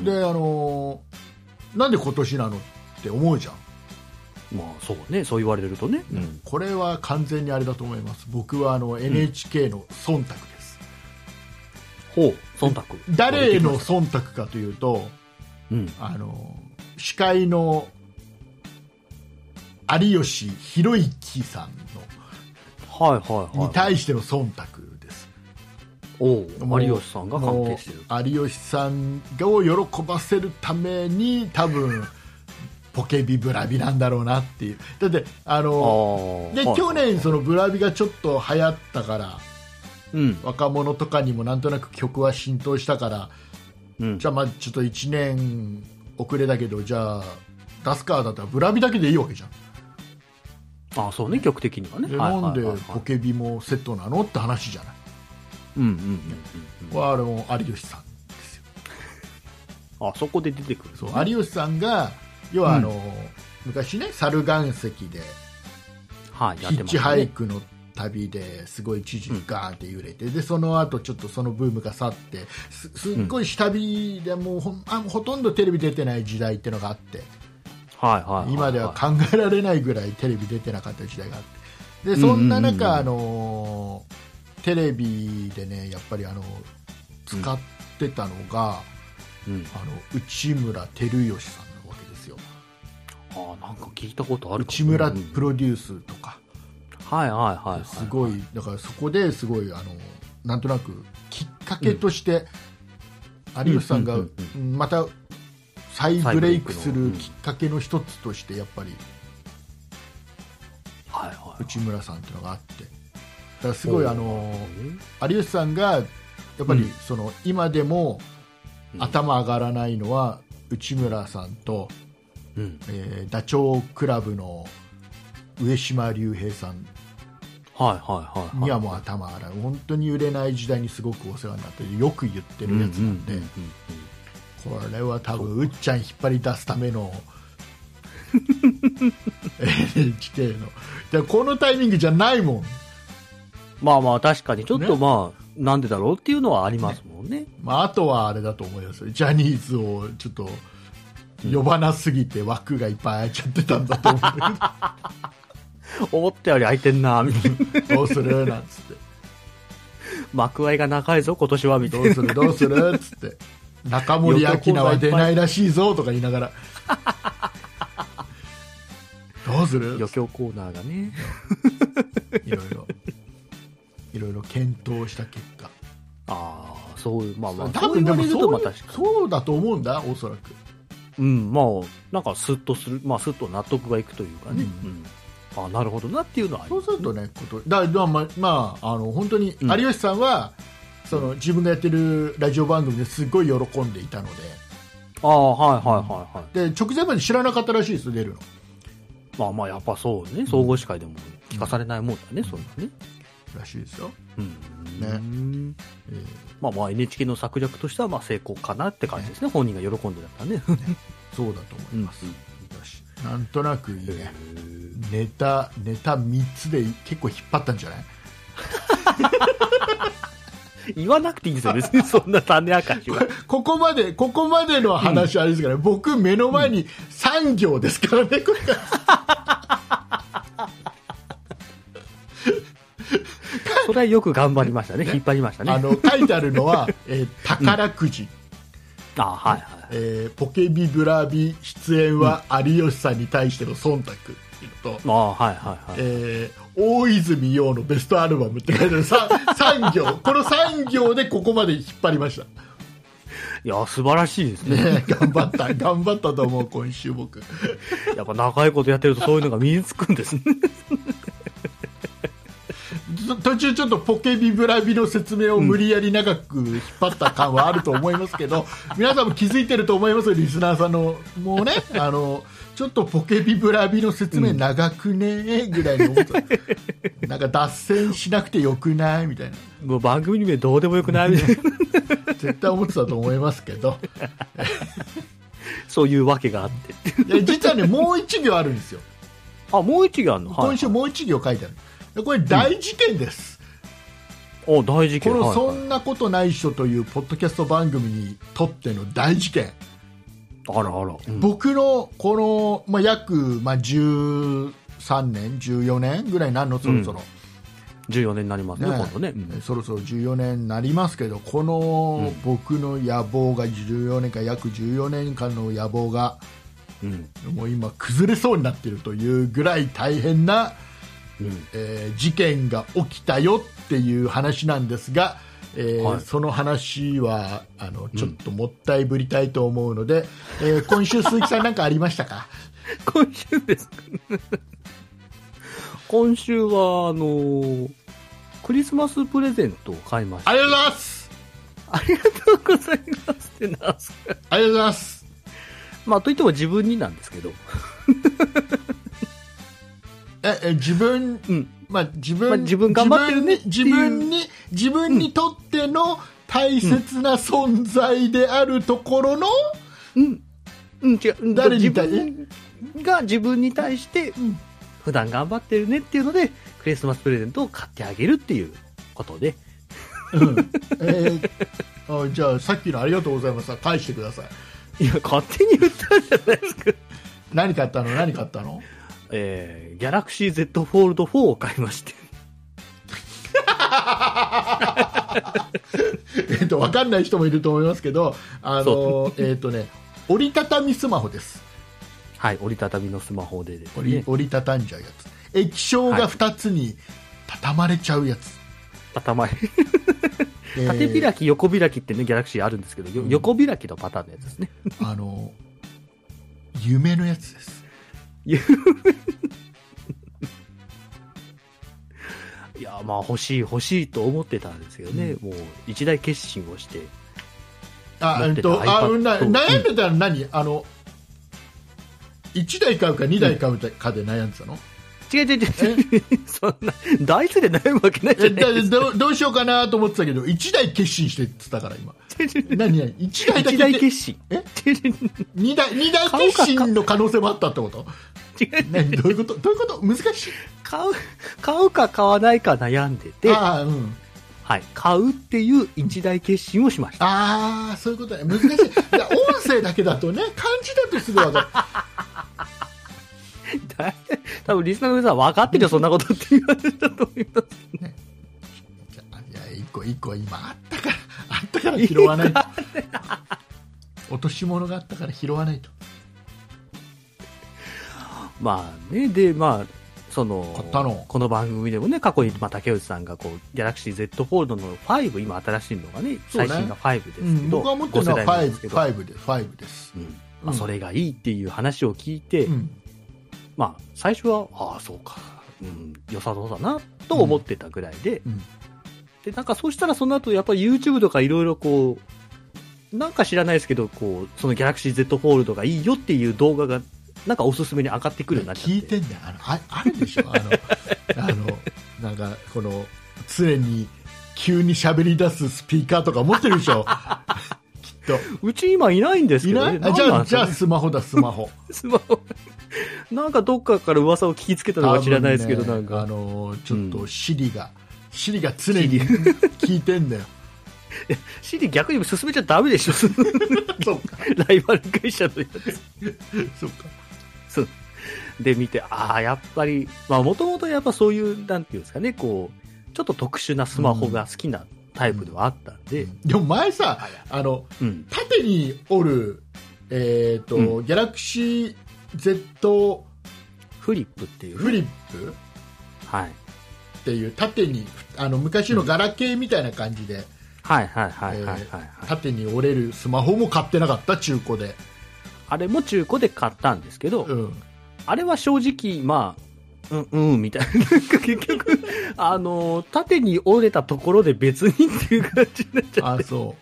S3: うん
S2: であのーなんで今年なのって思うじゃん
S3: うん。まあそうね、そう言われるとね。うん。
S2: これは完全にあれだと思います僕はあの NHK の忖度です、
S3: ほう、忖度。
S2: 誰への忖度かというと
S3: うん。
S2: あの司会の有吉弘行さん
S3: はいはい
S2: のに
S3: はい。
S2: 対しての忖度です、
S3: お
S2: もう
S3: う、有吉さんが関係してる。
S2: もう有吉さんを喜ばせるために多分ポケビブラビなんだろうなっていうだってあ
S3: あ
S2: の
S3: あ。
S2: で
S3: はい
S2: 去年、そのブラビがちょっと流行ったから
S3: うん。
S2: 若者とかにもなんとなく曲は浸透したから
S3: うん
S2: じ。ゃあまあちょっと1年遅れだけどじゃあ出すかだったらブラビだけでいいわけじゃん
S3: あそうね、曲的にはね。
S2: で
S3: はいはい
S2: なん
S3: はい
S2: で
S3: はい
S2: ポケビもセットなのって話じゃない
S3: うんうんうんうん
S2: これはあの有吉さんですよ
S3: うん。あそこで出てくる。
S2: そう有吉さんが要はあの、昔ね猿岩石で
S3: はい、やっ
S2: ヒ
S3: て
S2: ッ
S3: ま
S2: チ
S3: す
S2: ハイ
S3: ね。
S2: クの旅ですごい一時ガーンって揺れて、でその後ちょっとそのブームが去ってすすっごい下火でもうほんあほとんどテレビ出てない時代ってのがあって
S3: はいはいはい。
S2: 今では考えられないぐらいテレビ出てなかった時代があってでそんな中、あのテレビでねやっぱりあの使ってたのが、
S3: うん。
S2: あの内村光良さんなわけですよ
S3: あなんか聞いたことあるかも
S2: 内村
S3: うん
S2: プロデュースとか。
S3: はいはいはい。
S2: すごい。だからそこですごいあのなんとなくきっかけとして、有吉さんが
S3: うん
S2: また再ブレイクするきっかけの一つとしてやっぱり
S3: はいはい。
S2: 内村さんっていうのがあってだからすごい
S3: ほう
S2: あの
S3: うん
S2: 有吉さんがやっぱり
S3: うん
S2: その今でも
S3: うん
S2: 頭上がらないのは内村さんと、
S3: うん。
S2: えーダチョウ倶楽部の上島竜兵さん
S3: はいはいはいはい。
S2: にはもう頭洗う本当に売れない時代にすごくお世話になってよく言って
S3: う
S2: るやつなんで、
S3: うんうん
S2: これは多分うっちゃん引っ張り出すための NHK のでこのタイミングじゃないもん、
S3: まあまあ確かに、ちょっ
S2: ね
S3: とまあ、なんでだろうっていうのはありますもんね。
S2: まあ、あとはあれだと思いますジャニーズをちょっと呼ばなすぎて枠がいっぱい空いちゃってたんだと思
S3: 思ったより空いてんな、み たいな。
S2: うどうするなんつって
S3: 幕合いが長いぞ、今年は、みたい
S2: ど うす
S3: な。
S2: るどうするっつって中森明菜は出ないらしいぞとか言いながらどうする
S3: 余興コーナーがね。
S2: いろいろいろいろ検討した結果
S3: ああ、そういう、まあまあ、
S2: 多分で
S3: そう言わ
S2: も
S3: れるとまあ
S2: そう
S3: 確かに。
S2: そうだと思うんだおそらく
S3: うん、まあ、なんかスッとする、まあスッと納得がいくというかね。
S2: う
S3: うんあなるほどなっていうのはあり
S2: そ
S3: ま
S2: う
S3: す
S2: するとねことだだまあまああの本当に
S3: うん
S2: 有吉さんは、その自分がやってるラジオ番組ですごい喜んでいたの
S3: ああ、はいはいはいはい。
S2: でで直前まで知らなかったらしいです出るの
S3: まあまあ、やっぱそうね。総合司会でも聞かされないもんだね、そんなね。
S2: らしいですよ、
S3: うん。ね。
S2: えー
S3: まあまあ、NHK の策略としては、まあ成功かなって感じですね。本人が喜んでだったらね。
S2: そうだと思い
S3: うん
S2: ます、よしなんとなくいい
S3: へ
S2: ね
S3: ー
S2: ネタネタ3つで結構引っ張ったんじゃない
S3: 言わなくていいんですよ、別にそんな種明かしは。
S2: ここまで、ここまでの話あれですから、ね僕目の前に産業ですからね、これが
S3: それはよく頑張りましたね、引っ張りましたね。
S2: あの、書いてあるの は、えー宝くじ、
S3: あはいはい。
S2: えーポケビブラビ出演は有吉さんに対しての忖度と、
S3: あはいはいはい。
S2: えー大泉洋のベストアルバムって書いてある さ産業、この産業でここまで引っ張りました。
S3: いや、素晴らしいですね。
S2: ね、 頑張った、頑張ったと思う、今週僕。
S3: やっぱ長いことやってるとそういうのが身につくん ですね。
S2: ず途中ちょっとポケビブラビの説明を無理やり長く引っ張った感はあると思いますけど、皆さんも気づいてると思いますよリスナーさんのもうねあのちょっとポケビブラビの説明長くねーぐらいの思った、なんか脱線しなくてよくないみたいな
S3: もう番組にどうでもよくないみたいな。
S2: 絶対思ってたと思いますけど
S3: そういうわけがあって。
S2: いや実はねもう一行あるんですよ
S3: あ、もう一行あるの
S2: 今週もう一行書いてあるでこれ大事件です、
S3: お大事
S2: こ
S3: 件
S2: の「
S3: はい
S2: そ
S3: はい
S2: んなことないっしょ」というポッドキャスト番組にとっての大事件
S3: あらあら、うん
S2: 僕のこの、まあ、約、まあ、13年、14年ぐらいになるの、そろそろ、
S3: 14年になりますね、
S2: ね
S3: 今度ね、うん
S2: そろそろ14年になりますけど、この僕の野望が14年間、約14年間の野望が、
S3: うん
S2: もう今、崩れそうになっているというぐらい大変な、
S3: うん
S2: えー事件が起きたよっていう話なんですが、えー
S3: はい
S2: その話はあのちょっともったいぶりたいと思うの で、えー今週、鈴木さん、なんかありましたか
S3: 今週 ですか今週は、あのークリスマスプレゼントを買いまし
S2: あ
S3: た。
S2: りがとうございます
S3: ありがとうございますってなんすか。
S2: ありがとうございます。
S3: まあ、といっても自分になんですけど。
S2: え、え自分、
S3: うん。
S2: まあ、自分、
S3: まあ自分頑張ってるね
S2: 自分に、自分に、自分にとっての大切な存在であるところの、
S3: うん。うん、違う。
S2: 誰に対
S3: 自分が自分に対して、
S2: ん
S3: 普段頑張ってるねっていうので、クリスマスプレゼントを買ってあげるっていうことで。
S2: うんえーあじゃあさっきのありがとうございますは返してください
S3: いや、勝手に言ったんじゃないですか。
S2: 何買ったの何買った の
S3: えー、ギャラクシー Z フォールド4を買いまして。
S2: えっとわかんない人もいると思いますけどあの
S3: そ
S2: えっ、とね折りたたみスマホです
S3: はい、折りたたみのスマホでです
S2: 折り,、
S3: ね、
S2: 折りたたんじゃうやつ液晶が2つに畳まれちゃうやつ、
S3: 頭へ
S2: えー
S3: 縦開き、横開きってね、ギャラクシーあるんですけど、よ
S2: うん
S3: 横開きのパターンのやつですね。
S2: あの夢のやつです
S3: いや、まあ欲しい欲しいと思ってたんですけどね、もう一大決心をして、
S2: あ
S3: 持
S2: え
S3: っ
S2: って
S3: た
S2: とあ
S3: iPad
S2: うんな
S3: と
S2: 悩んでたの何、あの1台買うか2台買うかで悩んでたの、
S3: 違う違う違う、 そんな、台数で悩むわけないじ
S2: え
S3: ゃな
S2: だ
S3: いで
S2: どうどうしようかなと思ってたけど1台決心してって言ってたから今
S3: すか。
S2: 何何1台だ
S3: 一
S2: け
S3: 大
S2: って
S3: 決 心。
S2: え
S3: 違う違う
S2: 2台二台決心の可能性もあったってこと
S3: 違う
S2: 何どういうことどういうこと難しい
S3: 買う、買うか買わないか悩んでて、
S2: ああ,、うん、
S3: はい、買うっていう一大決心をしました。
S2: あーそういうことね難しいいや音声だけだとね漢字だとすぐ分かる
S3: だい多分リスナーの皆さん分かってるよ、そんなことって言われたと思います。
S2: いや一個一個今あったからあったから拾わないと 落とし物があったから拾わないと
S3: まあね、で、まあ、その、
S2: 買ったの
S3: この番組でもね、過去に、まあ、竹内さんが、こう、ギャラクシー Z フォールドの5、今新しいのがね、
S2: そうね
S3: 最新が5ですけど、
S2: うん僕が持ってるのは
S3: 5世代目ですけ
S2: 5,
S3: ど
S2: 5で5です、
S3: うんまあ、
S2: うん
S3: それがいいっていう話を聞いて、
S2: うん
S3: まあ、最初は、ああ、そうか、うん、良さそうだな、と思ってたぐらいで、
S2: うん
S3: で、なんか、そうしたらその後、やっぱり YouTube とかいろいろこう、なんか知らないですけど、こう、そのギャラクシー Z フォールドがいいよっていう動画が、なんかおすすめに上がってくるようになっちゃ
S2: 聞
S3: って。
S2: いてんだよあのああるでしょあのあの なんかこの常に急に喋り出すスピーカーとか持ってるで しょきっと
S3: うち今いないんで
S2: い
S3: すけど、
S2: な
S3: ね、
S2: いあじゃあじゃあ
S3: なんなんです
S2: スマホだスマホ
S3: かねスマホ。なんかどっかから噂を聞きつけ たのか知らないですけど、
S2: 多
S3: な
S2: 分
S3: ん
S2: ね
S3: か
S2: あ。のちょっ
S3: う
S2: と
S3: ん
S2: シリが、シリが常に 聞いてんだ よ
S3: CD 逆に進めちゃダメでしょ、 その
S2: そうか
S3: ライバル会社のやつ。
S2: そうか
S3: そうで、見て、ああ、やっぱり、まあ、もともとやっぱそういう、なんていうんですかね、こう、ちょっと特殊なスマホが好きなタイプではあったんで、
S2: でも前さあの
S3: うん。
S2: 縦に折るえっ、と、
S3: う
S2: ギャラクシー Z
S3: フリップっていう。
S2: フリップ
S3: はい。
S2: っていう縦にあの昔のガラケーみたいな感じで
S3: はいはいはいはいはい、はい
S2: 縦に折れるスマホも買ってなかった中古で、
S3: あれも中古で買ったんですけど、
S2: うん、
S3: あれは正直、まあ、うん、うん、みたいな。 なんか結局、あのー縦に折れたところで別にっていう感じになっちゃう。
S2: あそ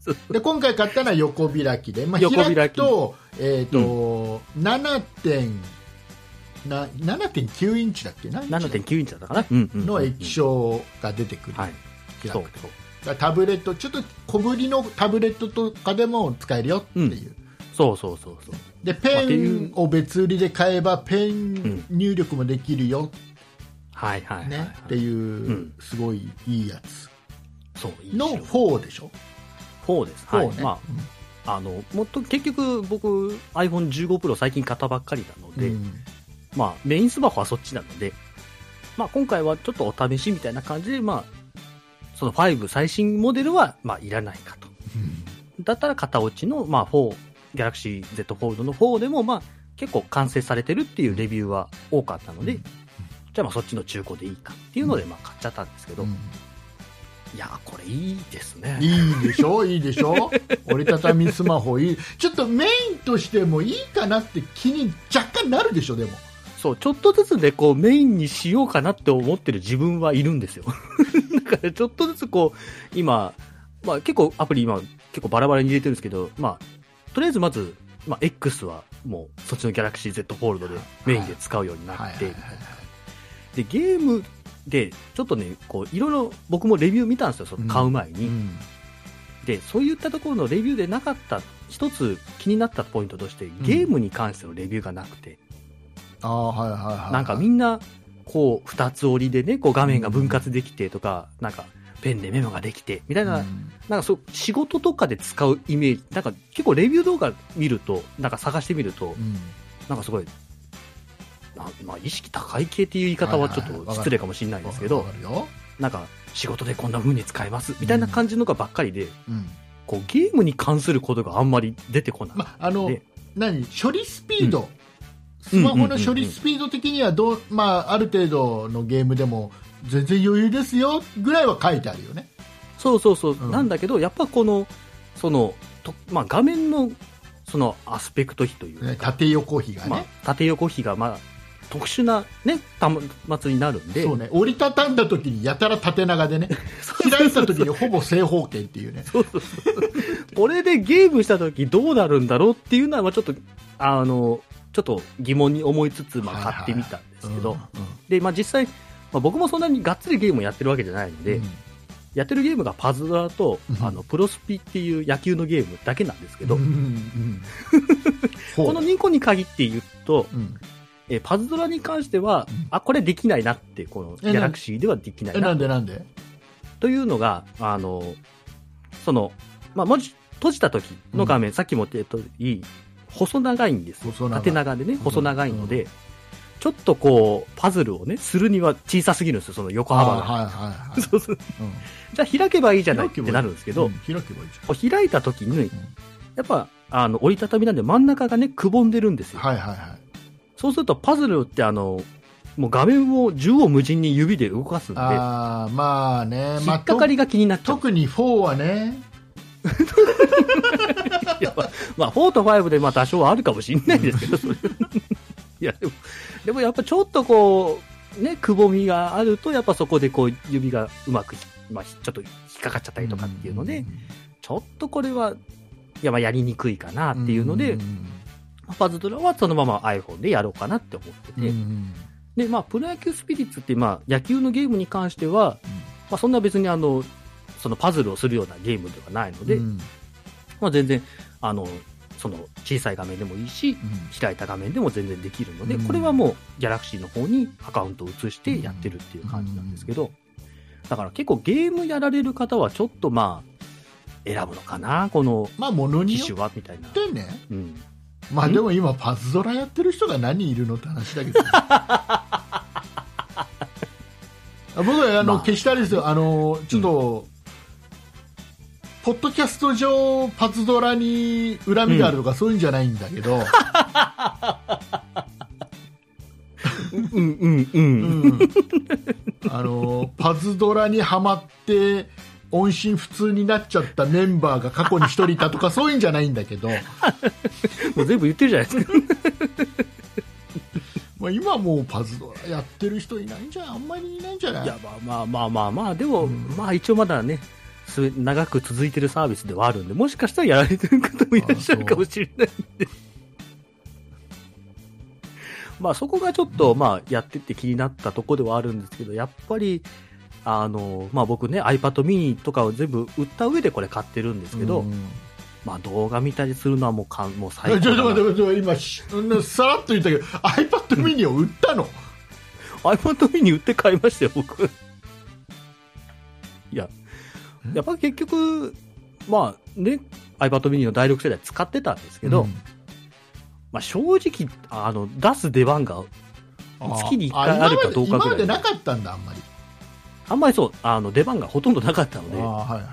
S3: そう
S2: うで今回買ったのは横開きで、まあ、
S3: 横開
S2: 開
S3: き
S2: くと,、えーと7点な7.9インチだっけな
S3: 7.9インチだったかな、うんうんうん
S2: の液晶が出てくる、
S3: はい。
S2: 開
S3: そう
S2: く
S3: そう。
S2: だからタブレットちょっと小ぶりのタブレットとかでも使えるよっていう、
S3: そうそうそうそう。
S2: で
S3: まあ
S2: ペ
S3: っていう
S2: ンを別売りで買えばペン
S3: ん
S2: 入力もできるよ
S3: はいはいはい、はい
S2: ね、っていう、
S3: ん
S2: すごいいいやつ
S3: そう、いい
S2: の
S3: 白
S2: 4でしょ、
S3: 方です。はい。
S2: 4ね、
S3: まあ、あの、もっと結局僕 iPhone15 Pro 最近買ったばっかりなの
S2: うん
S3: で、まあメインスマホはそっちなので、まあ今回はちょっとお試しみたいな感じで、まあ、その5最新モデルは、まあいらないかと。だったら型落ちの、まあ、4、Galaxy Z Fold の4でも、まあ、結構完成されてるっていうレビューは多かったので、
S2: うん
S3: じゃあまあそっちの中古でいいかっていうので、まあ買っちゃったんですけど、
S2: うん
S3: いやー、これいいですね。
S2: いいでしょいいでしょ折りたたみスマホいいちょっとメインとしてもいいかなって気に若干なるでしょでも
S3: そう、ちょっとずつでこうメインにし ようかなって思ってる自分はいるんですよ。だからちょっとずつこう、今、まあ、結構アプリ今、結構バラバラに入れてるんですけど、まあ、とりあえずまず、まあ、X はもうそっちのギャラクシー Z フォールドでメインで使うようにな
S2: はいは
S3: っ
S2: い
S3: て、
S2: はいはい
S3: でゲームでちょっとねこういろいろ僕もレビュー見たんですよその買う前に、
S2: うん
S3: でそういったところのレビューでなかった一つ気になったポイントとしてゲームに関してのレビューがなくて、
S2: ああはいはいはいはい
S3: なんかみんなこう二つ折りでねこう画面が分割できてとか、なんかペンでメモができてみたいな,、
S2: うん
S3: なんかそう仕事とかで使うイメージなんか結構レビュー動画見るとなんか探してみると、
S2: うん
S3: なんかすごいなまあ、意識高い系っていう言い方はちょ
S2: はいはい
S3: っ
S2: は
S3: と
S2: い
S3: 失礼かもしれないですけ
S2: わ
S3: ど
S2: かるよ
S3: なんか仕事でこんな風に使えますみたいな感じのがばっかりで、
S2: うん
S3: こうゲームに関することがあんまり出てこない、
S2: まあの
S3: で
S2: 何処理スピード、スマホの処理スピード的にはどう、まあ、ある程度のゲームでも全然余裕ですよぐらいは書いてあるよね。
S3: そうそうそう、
S2: うん
S3: なんだけどやっぱこのそのと、まあ、画面のそのアスペクト比というか、
S2: ね縦横比がね,、
S3: まあ、縦横比がまあ特殊な、ね、端末になるんで
S2: そうね折りたたんだ時にやたら縦長でね
S3: そう
S2: 開いた時にほぼ正方形っていうね
S3: これでゲームした時どうなるんだろうっていうのはまあちょっとあのちょっと疑問に思いつつ、まあ、買ってみたんですけど、でまあ、実際、まあ、僕もそんなにがっつりゲームをやってるわけじゃないので、
S2: うん
S3: やってるゲームがパズドラと、
S2: うん
S3: あのプロスピっていう野球のゲームだけなんですけど、
S2: うんうんうん、
S3: こ
S2: こ
S3: の2個に限って言うと、
S2: うん、
S3: えパズドラに関しては、
S2: うん
S3: あこれできないなってこのギ
S2: え
S3: ャラクシーではできない
S2: え
S3: な
S2: なんでなんで、
S3: というのがあのその、まあ、文字閉じた時の画面、さっきも言った通り細長いんですよ
S2: 細長い
S3: 縦長でね
S2: ん
S3: 細長いので、ちょっとこうパズルをねするには小さすぎるんですよその横幅が、
S2: はいはいはいはい、
S3: そうそう
S2: うん
S3: じゃあ開けばいいじゃないっ
S2: 開け
S3: て
S2: ばいい
S3: なるんですけど、
S2: うん開けばいいじ
S3: こう開いた時に、やっぱ、あの、折りたたみなんで真ん中がね、くぼんでるんです
S2: ゃん
S3: よ。
S2: はいはいはい
S3: そうするとパズルってあの、もう画面を縦横無尽に指で動かすんで、
S2: あーまあね、ま
S3: 引
S2: あ、
S3: っかかりが気になっちゃう。
S2: 特に4はね、
S3: まあ、4と5でまあ多少はあるかもしれないですけど、それ いや、でも、 でもやっぱちょっとこう、ね、くぼみがあると、やっぱそこでこう、指がうまくひ、まあ、ひちょっと引っかかっちゃったりとかっていうので、ちょっとこれは、いや、まあやりにくいかなっていうので、
S2: ん
S3: パズドラはそのまま iPhone でやろうかなって思ってて、
S2: うんうん
S3: で、まあ、プロ野球スピリッツって、まあ、野球のゲームに関しては、まあ、そんな別にあの、そのパズルをするようなゲームではないので、
S2: うん
S3: まあ、全然、あの、その小さい画面でもいいし、
S2: うん
S3: 開いた画面でも全然できるので、
S2: うん
S3: これはもう、ギャラクシーの方にアカウントを移してやってるっていう感じなんですけど、だから結構ゲームやられる方は、ちょっとまあ、選ぶのかな、この
S2: まあ、ものに
S3: 機
S2: よ
S3: 種は、みたいな
S2: っ。てね、
S3: うん。
S2: まあ、
S3: ん
S2: でも今、パズドラやってる人が何人いるのって話だ けど、ね、僕はあの、
S3: まあ
S2: 決してあれですよ、あのちょっと、ポッドキャスト上、パズドラに恨みがあるとか、そういうんじゃないんだけど、
S3: うん、うん、う
S2: う
S3: ん。
S2: ん、あのパズドラにはまって音信不通になっちゃったメンバーが過去に一人いたとかそういうんじゃないんだけ ど、
S3: もう全部言ってるじゃないですか。
S2: まあ、今はもうパズドラやってる人いないんじゃあんまりいないんじゃない
S3: いや、まあまあまあまあまあ、でも、
S2: うん
S3: まあ一応まだね、す長く続いてるサービスではあるんで、もしかしたらやられてる方もいらっしゃるかもしれないんで。 まあそこがちょっと、まあやってて気になったとこではあるんですけど、やっぱり、あの、まあ僕ね、iPad mini とかを全部売った上でこれ買ってるんですけど、
S2: うん
S3: まあ動画見たりするのはもうかん、もう
S2: い
S3: 最
S2: や
S3: 高
S2: ちょっと待
S3: だな。
S2: って待って今しさらっと言ったけど iPad ミニを売ったの
S3: iPad mini 売って買いましたよ、僕。いや、やっぱ結局、まあね、iPad mini の第6世代使ってたんですけど、
S2: うん
S3: まあ正直、あの、出す出番が月に一回あるかどう
S2: あ今ま
S3: かぐらい
S2: で今までなかったんだあんまり
S3: あんまりそう、あの、出番がほとんどなかったので、
S2: ああはいはい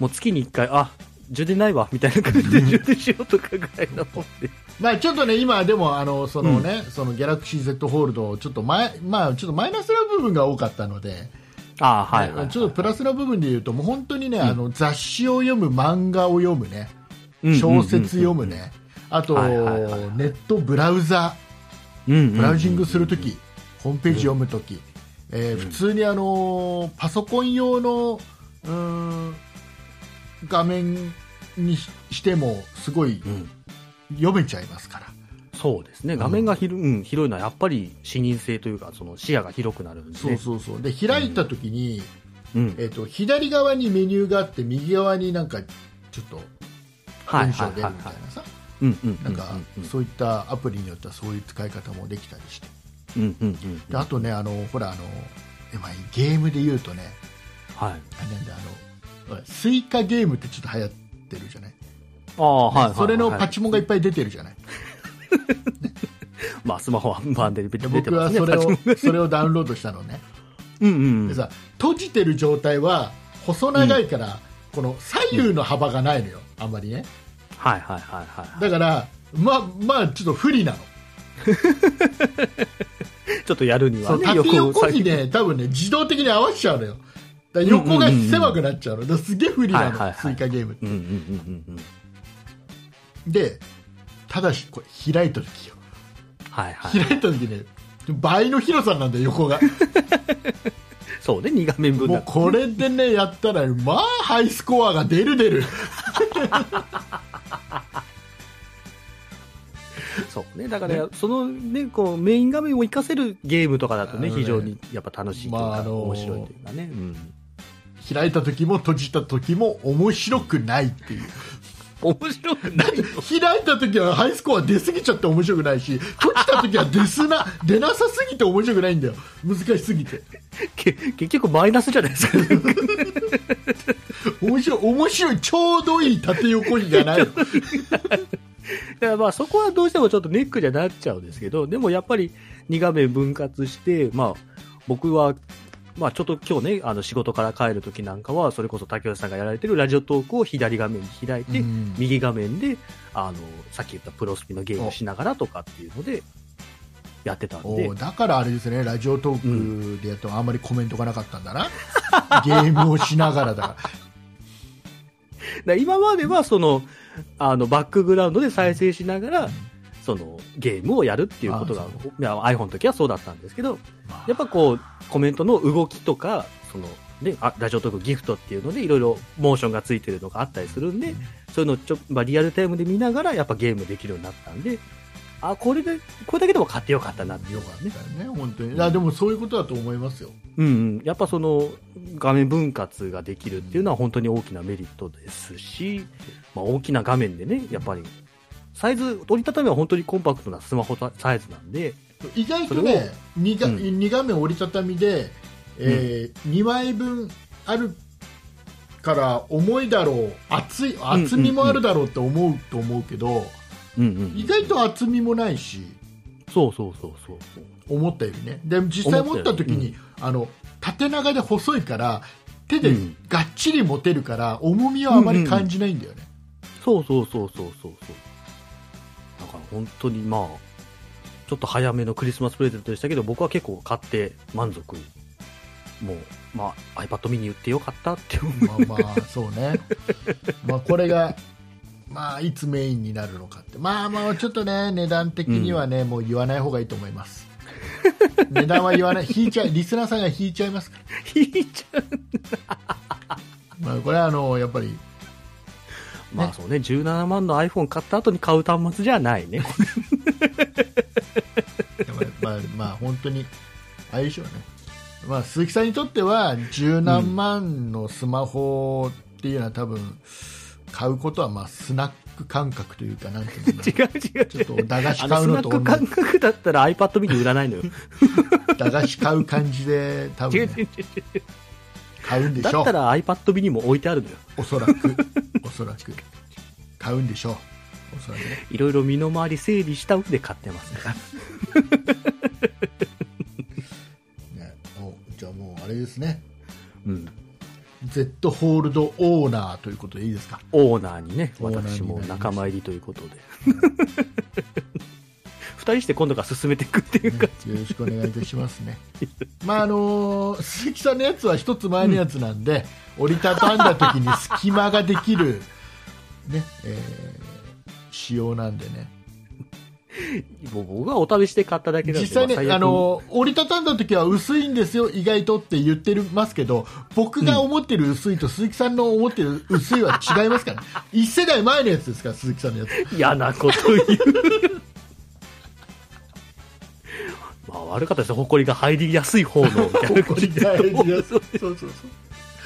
S3: もう月に1回、あ、充電ないわ、みたいな感じで充電しようとかぐらいなもんで。
S2: なちょっとね、今、でも、あの、そのね、そのギャラクシー Z ホールド、ちょっと前、まあ、ちょっとマイナスな部分が多かったので、
S3: ああ、はい、はい。
S2: ちょっとプラスな部分で言うと、もう本当にね、
S3: ん
S2: あの、雑誌を読む、漫画を読むね、小説読むね、あと、
S3: はいはいはいはい
S2: ネットブラウザ、
S3: うんうんうん、うんうんうんうん
S2: ブラウジングするとき、ホームページ読むとき、えー
S3: うん
S2: 普通にあのーパソコン用の、うーん画面にししてもすごい
S3: うん、
S2: 読めちゃいますから
S3: そうですね、画面がひる、うん、広いのはやっぱり視認性というか、その視野が広くなるんで、ね、
S2: そうそうそうで開いた時に、
S3: うん、
S2: えっと左側にメニューがあって右側になんかちょっと
S3: は
S2: 文
S3: いは
S2: 章
S3: い
S2: 出
S3: は
S2: る
S3: い
S2: みた
S3: はい
S2: いなさ
S3: うんうん
S2: なんかそういったアプリによってはそういう使い方もできたりして
S3: うんうんうんうん
S2: であとねあのほらあのえまあゲームで言うとね
S3: はい
S2: あなんだあのほらスイカゲームってちょっと流行ってるじゃない
S3: ああはいはいはい
S2: それのパチモンがいっぱい出てるじゃない、
S3: まあスマホ版で出
S2: で
S3: て
S2: 僕
S3: ま
S2: は
S3: すね
S2: それ
S3: パチ
S2: を
S3: モン
S2: それをダウンロードしたのね、
S3: うんうんう
S2: で
S3: ん
S2: さ閉じてる状態は細長いから、この左右の幅がないのよ、あんまりね
S3: はいはいはいはい
S2: だからまあまあちょっと不利なの、
S3: ちょっとやるに
S2: そ
S3: は
S2: う
S3: ね
S2: 縦横
S3: 最
S2: に
S3: 近
S2: ね多分ね自動的に合わせちゃうのよだから横が狭くなっちゃうのだからすげえ不利なの、
S3: はいはいはい
S2: スイカゲームって
S3: うんうんうんうんうん
S2: でただしこれ開いた時よ
S3: はいはい
S2: 開いた時ね倍の広さなんだよ横が
S3: そうね2画面分
S2: もう
S3: だ
S2: これでねやったらまあハイスコアが出る出る
S3: そうねだからそのねこうメイン画面を活かせるゲームとかだとね
S2: あのね
S3: 非常にやっぱ楽しいという
S2: まああ
S3: か
S2: の
S3: 面白いというかねうん
S2: 開いた時も閉じた時も面白くないっていう
S3: 面白くない
S2: 開いた時はハイスコア出すぎちゃって面白くないし閉じた時は出すな出なさすぎて面白くないんだよ難しすぎて
S3: け結局マイナスじゃないですか
S2: 面白い面白いちょうどいい縦横比がない の
S3: だからまあそこはどうしてもちょっとネックにはなっちゃうんですけど、でもやっぱり2画面分割して、まあ僕は、まあちょっと今日ね、あの仕事から帰るときなんかは、それこそ竹内さんがやられてるラジオトークを左画面に開いて、
S2: うん
S3: 右画面で、あの、さっき言ったプロスピのゲームをしながらとかっていうので、やってたんで
S2: おう、だからあれですねラジオトークでやってもあんまりコメントがなかったんだ な、ゲームをしながらだから
S3: だから今まではその、あの、バックグラウンドで再生しながら、その、ゲームをやるっていうことが
S2: あ、
S3: いや iPhone の時はそうだったんですけど、
S2: まあ
S3: やっぱこう、コメントの動きとか、その、ね、あラジオトークギフトっていうので、いろいろモーションがついてるのがあったりするんで、そういうのをちょ、まあ、リアルタイムで見ながら、やっぱゲームできるようになったんで、あ、これで、これだけでも買ってよかったなってい
S2: よ
S3: うの
S2: か
S3: は
S2: った
S3: ね。
S2: よね本当にいやでもそういうことだと思いますよ
S3: うんうん。やっぱその、画面分割ができるっていうのは本当に大きなメリットですし、まあ、大きな画面でね、やっぱり、サイズ、折りたたみは本当にコンパクトなスマホサイズなんで、
S2: 意外とね2画,、
S3: うん
S2: 二画面折りたたみで、えー2枚分あるから重いだろう厚い厚みもあるだろうって思うと思うけど、
S3: うんうん。
S2: 意外、と厚みもないし
S3: そうそうそうそうそう。
S2: 思ったよりねで実際持った時に、あの縦長で細いから手で
S3: うん
S2: がっちり持てるから重みはあまり感じないんだよね、
S3: そうそうそうそうそうそう。だから本当にまあ、ちょっと早めのクリスマスプレゼントでしたけど、僕は結構買って満足。もう、まあ、iPad mini 売ってよかったって思う。
S2: まあまあそうねまあこれがまあいつメインになるのかってまあまあちょっとね値段的にはね、もう言わない方がいいと思います値段は言わない引いちゃうリスナーさんが引いちゃいますから、
S3: いいじゃん。
S2: まあ、これはあのやっぱり
S3: まあそうね、17万の iPhone 買った後に買う端末じゃな いね。
S2: やっぱりまあまあ本当にあれでしょうね、まあ、鈴木さんにとっては十何万のスマホっていうのは多分買うことはまあスナック感覚というかなんていうのか
S3: 違う違
S2: な
S3: う違
S2: ちょっと
S3: う。
S2: 駄菓
S3: あ
S2: 子
S3: の
S2: 買
S3: ス
S2: う
S3: ナ
S2: の
S3: ッ
S2: と
S3: ク
S2: 同じ
S3: 感覚だったら iPad mini 売らないのよ。
S2: 駄菓子買う感じで多
S3: 違
S2: 分、
S3: う違う違
S2: ね、 買うん
S3: う。
S2: でし
S3: だ
S2: ょ
S3: った
S2: う
S3: ら iPad mini も置いてあるのよ。
S2: おそらくおそらく買うんでしょうおそらくね
S3: いろいろ身の回り整理した上で買ってますから。
S2: ねおじゃあもうあれですね
S3: うん。
S2: Z ホールドオーナーということでいいですか
S3: オーナーにね、
S2: オーナーになります
S3: 私も仲間入りということで。 二人して今度から進めていくっていうか、
S2: よろしくお願いいたしますね。まああの鈴木さんのやつは一つ前のやつなんで、折りたたんだ時に隙間ができるね、えー仕様なんでね。
S3: もう僕はお試しで買っただけなんで
S2: 実際ね
S3: ま、最悪
S2: あの折りたたんだ時は薄いんですよ、意外とって言ってますけど、僕が思ってる薄いと鈴木さんの思ってる薄いは違います から、一世代前のやつですから、鈴木さんのやつ。
S3: 嫌なこと言う。まあ悪かったですね、埃が入りやすい方の、みたいなこと
S2: 埃
S3: 言って
S2: が
S3: たと思
S2: 入
S3: う
S2: りやすい、そうそう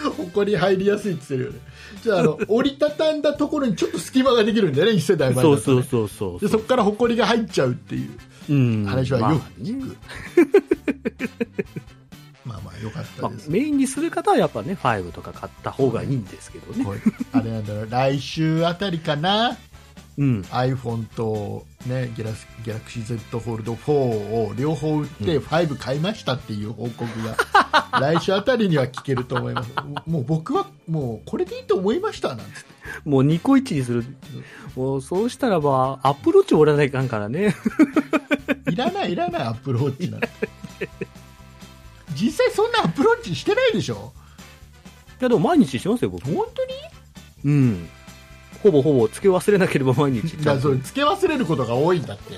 S2: そう、埃入りやすいって言ってるよね。じゃああ の折りたたんだところにちょっと隙間ができるんだよね、一世代前だ と、
S3: そう
S2: ね。
S3: そうそうそう。
S2: でそこから埃が入っちゃうっていう
S3: うん
S2: 話は
S3: まあ
S2: よく聞く。まあまあよかった
S3: まあ
S2: です。
S3: メインにする方はやっぱね、5とか買った方がいいんですけどね。
S2: はいあれなんだろう来週あたりかな。
S3: うん。
S2: iPhone と、ね、ギャラスギャラクシー Z ホールド4を両方売って5買いましたっていう報告が、 来週あたりには聞けると思いますもう僕はもうこれでいいと思いましたなんつって
S3: もうニコイチにする。もうそうしたらば、アップローチ折らないかんからね。
S2: いらないいらないアップローチなんて実際そんなアップローチしてないでしょ
S3: いやでも毎日してますよ、僕。
S2: 本当に
S3: うん。ほぼほぼ、付け忘れなければ毎日。
S2: だからそれ付け忘れることが多いんだって
S3: い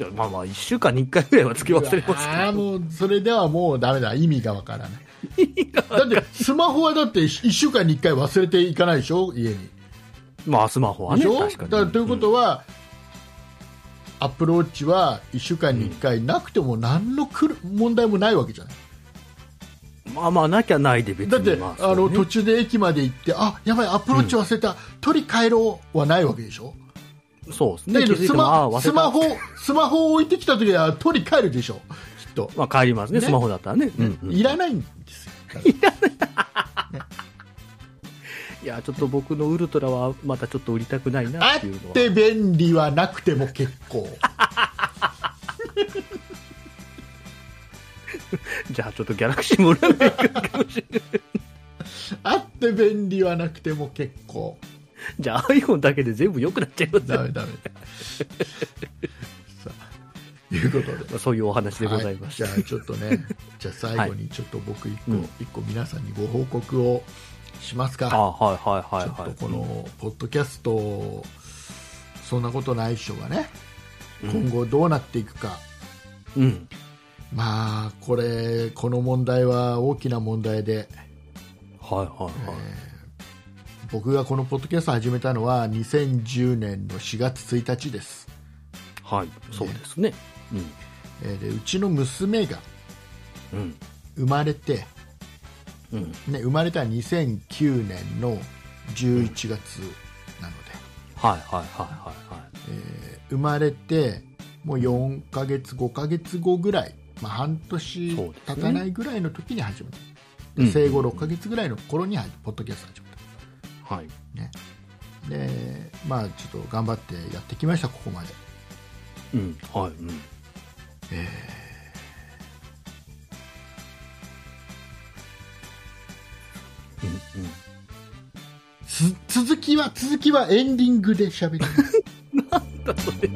S3: やまあまあ、1週間に1回ぐらいは付け忘れますけ
S2: ああ
S3: ど。
S2: もうそれではもうダメだ意味がわからないだってスマホはだって1週間に1回忘れていかないでしょ家に
S3: まあ、スマホは
S2: で
S3: ね、
S2: しょ
S3: 確かに。
S2: だということは、アップローチは1週間に1回なくても何のくる問題もないわけじゃない
S3: うんまあまあ、なきゃないで別に。
S2: だって、
S3: ま
S2: あの
S3: そう
S2: 途
S3: ね
S2: 中で駅まで行ってあやばいアップローチ忘れた、取り帰ろうはないわけでしょ
S3: そうです
S2: だ
S3: ね。
S2: け
S3: 気
S2: ど
S3: づい
S2: ス
S3: てもああ、忘
S2: マ
S3: れ
S2: スマ
S3: た。
S2: ホスマホを置いてきた時は取り帰るでしょきっと、
S3: まあ、帰りますね、
S2: ね
S3: スマホだったらね。うんうん。
S2: いらないんですよだから
S3: いや、ちょっと僕のウルトラはまたちょっと売りたくないな
S2: あ
S3: っていうの
S2: っ
S3: は。
S2: て便利はなくても結 構
S3: じゃあちょっとギャラクシーも売らないかもしれない。
S2: あって便利はなくても結構
S3: じゃあ iPhone だけで全部良くなっちゃいます
S2: ダ
S3: よ
S2: メ ダメさあいうことで
S3: まあそういうお話でございました。
S2: はい、じゃあちょっと ねじゃあ最後にちょっと僕一個,、
S3: うん
S2: 一個皆さんにご報告をしますか、
S3: あはいはいはい
S2: ちょ
S3: は
S2: っ
S3: い。
S2: とこのポッドキャストそんなことないっしょがね、
S3: うん
S2: 今後どうなっていくか
S3: うん。
S2: まあこれこの問題は大きな問題で、
S3: はいはい
S2: え
S3: はい。
S2: ー僕がこのポッドキャストを始めたのは2010年の4月1日です、
S3: はい、そうですね。
S2: えーでうちの娘が
S3: うん。うん。
S2: 生まれて、
S3: う
S2: ね、
S3: ん。
S2: 生まれたのは2009年の11月なので、
S3: はいはいはいはいはい。
S2: えー生まれてもう4ヶ月5ヶ月後ぐらい、まあ、半年
S3: そうですね
S2: 経たないぐらいの時に始めた、
S3: うん
S2: 生後6ヶ月ぐらいの頃に始ポッドキャスト始め
S3: はい。
S2: たでまあちょっと頑張ってやってきましたここまで
S3: うん。はい。うん。
S2: つ続きは続きはエンディングで喋り ます
S3: だそれ。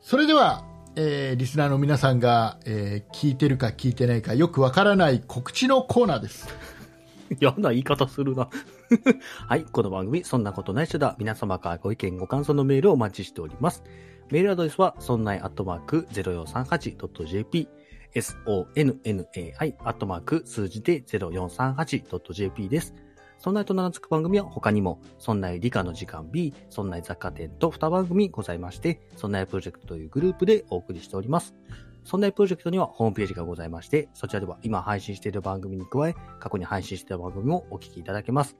S2: それでは、えーリスナーの皆さんが、えー聞いてるか聞いてないかよくわからない告知のコーナーです
S3: 嫌な言い方するな。 はい。この番組、そんなことない人だ。皆様からご意見、ご感想のメールをお待ちしております。メールアドレスは、そんないアットマーク 0438.jp、sonnai アットマーク数字で 0438.jp です。そんないと名の付く番組は他にも、そんない理科の時間 B、そんない雑貨店と2番組ございまして、そんないプロジェクトというグループでお送りしております。そんないプロジェクトにはホームページがございまして、そちらでは今配信している番組に加え、過去に配信している番組もお聞きいただけます。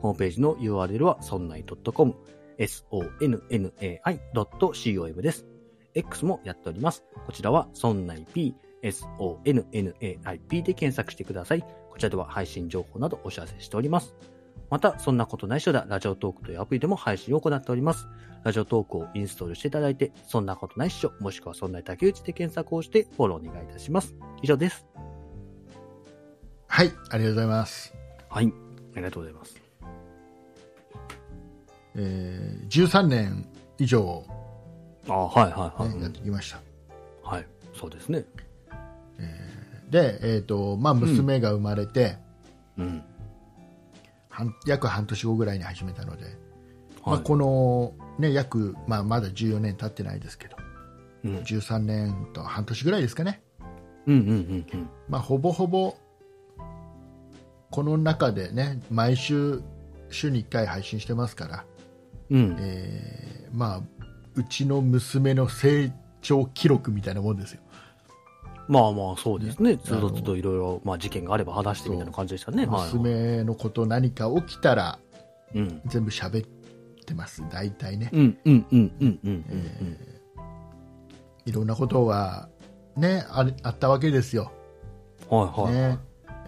S3: ホームページの URL は sonnai.com、sonnai.com です。X もやっております。こちらは sonnaip、sonnaip で検索してください。こちらでは配信情報などお知らせしております。また、そんなことないしょだ、ラジオトークというアプリでも配信を行っております。ラジオトークをインストールしていただいて、そんなことないっしょ、もしくはそんな竹内で検索をしてフォローお願いいたします。以上です。
S2: はい、ありがとうございます。
S3: はい。ありがとうございます。
S2: えー、13年以上、
S3: あはいはいはい
S2: ね、やっ。てきました。
S3: はい。そうですね。
S2: で、えっ、と、まあ、娘が生まれて、
S3: うん。
S2: 半約半年後ぐらいに始めたので、まあ、この、ね、約、まあ、まだ14年経ってないですけど、
S3: うん。
S2: 13年と半年ぐらいですかね。
S3: うんうんうんうん。
S2: まあ、ほぼほぼ、この中でね、毎週、週に1回配信してますから、
S3: うん。
S2: えーまあ、うちの娘の成長記録みたいなもんですよ。
S3: まあまあ、そうですね。つどつ
S2: あの
S3: どいろいろ、まあ事件があれば話してみたいな感じでしたね。はい。
S2: 娘のこと何か起きたら
S3: うん。
S2: 全部喋ってます、大体ね。
S3: うんうんうんうんうんうん
S2: いろんなことは、ね、あれあったわけですよ。
S3: うん。はいはい。
S2: ね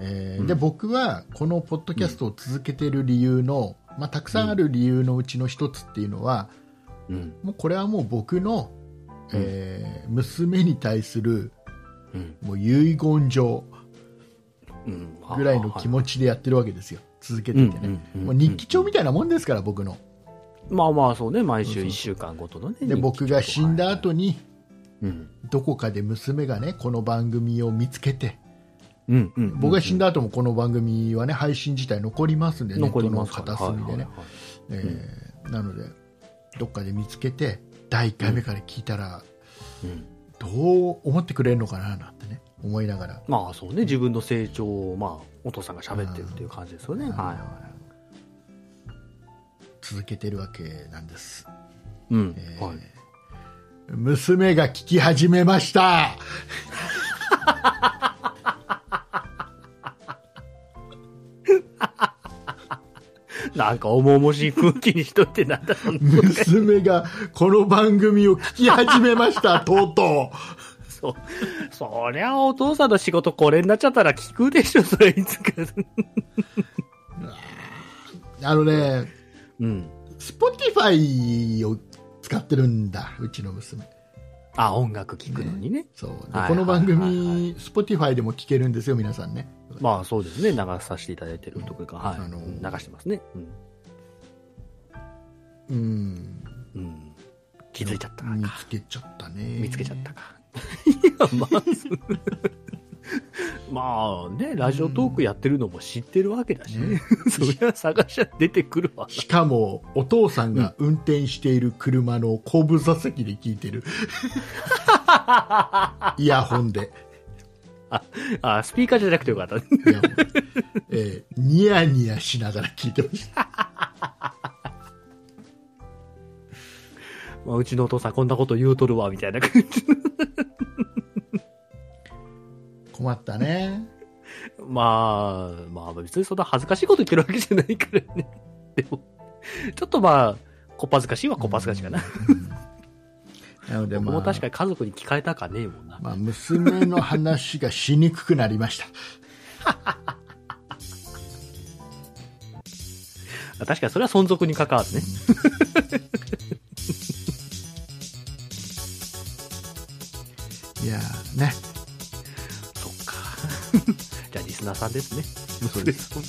S2: えー
S3: うん
S2: で僕はこのポッドキャストを続けている理由の、まあ、たくさんある理由のうちの一つっていうのは、
S3: うん
S2: もうこれはもう僕の、えー娘に対する
S3: うん
S2: もう遺言状
S3: うん。
S2: ぐらいの気
S3: ち
S2: 持ちでやってるわけですよ、続けててね、もう日記帳みたいなもんですから、僕の。
S3: まあまあそうね、毎週
S2: そうそう
S3: 1週間ごとのね。
S2: で僕が死んだ後に
S3: うん。
S2: どこかで娘がねこの番組を見つけて
S3: うんうん。
S2: 僕が死ん
S3: だ
S2: だ後もこの番組はね配信自体残りますんでね
S3: 残ります
S2: ネ
S3: か
S2: ット
S3: ら
S2: の片隅でね、
S3: はいはいはい
S2: えーなのでどっかで見つけて第1回目から聞いたら
S3: うん
S2: どう思ってくれるのかななんてね思いながら、
S3: まあそうね、自分の成長を、まあ、お父さんが喋ってるっていう感じですよね。
S2: あ
S3: は
S2: の続けてるわけなんです、
S3: い。うん
S2: え。ー
S3: はい。
S2: 娘が聞き始めました
S3: なんか重々しい空気にしとってなんだろうな
S2: 娘がこの番組を聞き始めました とうと
S3: そう。そりゃお父さんの仕事これになっちゃったら聞くでしょ、それいつか。
S2: うあのね
S3: うん。
S2: Spotify を使ってるんだうちの娘
S3: あ、音楽聞くのにね。
S2: そう、で
S3: はい
S2: この番
S3: はいはいは
S2: 組、Spotify でも聞けるんですよ、皆さんね。
S3: まあそうですね、流させていただいてるというか、はい。
S2: あの
S3: うん流してますね。うん。
S2: うん、
S3: うん、気づいちゃった
S2: 見
S3: か。
S2: つけちゃったね。
S3: 見つけちゃった。か。いや、まあ、 まあね、ラジオトークやってるのも知ってるわけだしね。
S2: ね
S3: そりゃ探しゃ出てくるわ。
S2: しかも、お父さんが運転している車の後部座席で聞い てる。イヤホンで。
S3: あ、スピーカーじゃなくてよかったね。
S2: イヤホンでえーニヤニヤしながら聞いてました。
S3: まあ、うちのお父さんこんなこと言うとるわ、みたいな感じ。
S2: 困ったね。
S3: まあ、まあ別にそんな恥ずかしいこと言ってるわけじゃないからね。でも、ちょっとまあ、こっぱずかしいはこっぱずかしいかな。
S2: うん。なので、
S3: 僕
S2: ま
S3: も
S2: あ、
S3: 確かに家族に聞かれたかねえもんな。
S2: まあ、娘の話がしにくくなりました。
S3: 確かにそれは存続に関わるね。
S2: いやーね。
S3: そっ か。じゃあリスナーさんですね。
S2: そうです。そう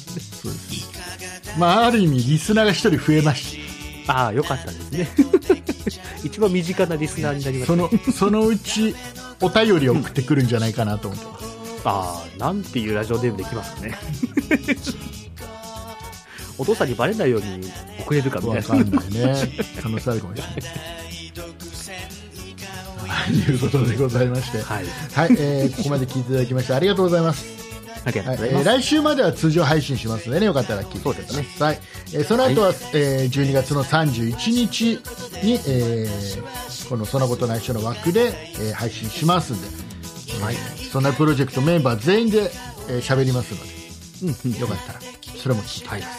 S2: です。まあ、ある意味、リスナーが一人増えまし
S3: ああ、よかったですね。一番身近なリスナーになり
S2: た。
S3: ま
S2: そ
S3: し
S2: の、そのうち、お便りを送ってくるんじゃないかなと思ってます。
S3: た。ああ、なんていうラジオネームできますかね。 お父さんにバレないように遅れるかみた
S2: わ
S3: い
S2: か
S3: な。
S2: んない ね。可能性あるかもしれない。はい、ということでございまして。
S3: はい。
S2: はい、えーここまで聞いていただきまして、ありがとうございます。
S3: ありがと
S2: は
S3: う
S2: い
S3: ござい
S2: え
S3: ま
S2: ー
S3: す。
S2: 来週までは通常配信しますのでね、よかったら聞いてくだ
S3: そうで
S2: さい。えーその後は、えー12月の31日に、えーこのそんなことない人の枠で、えー配信しますんで、
S3: はい。
S2: そんなプロジェクトメンバー全員でえー喋、りますの
S3: うんうん
S2: でよかったらそれも聞いてください、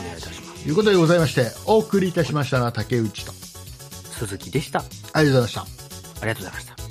S3: お願いいたします。
S2: ということでございましてお送りいたしましたのは竹内と
S3: 鈴木でした。あ
S2: ありがとうございました
S3: りがとうございました。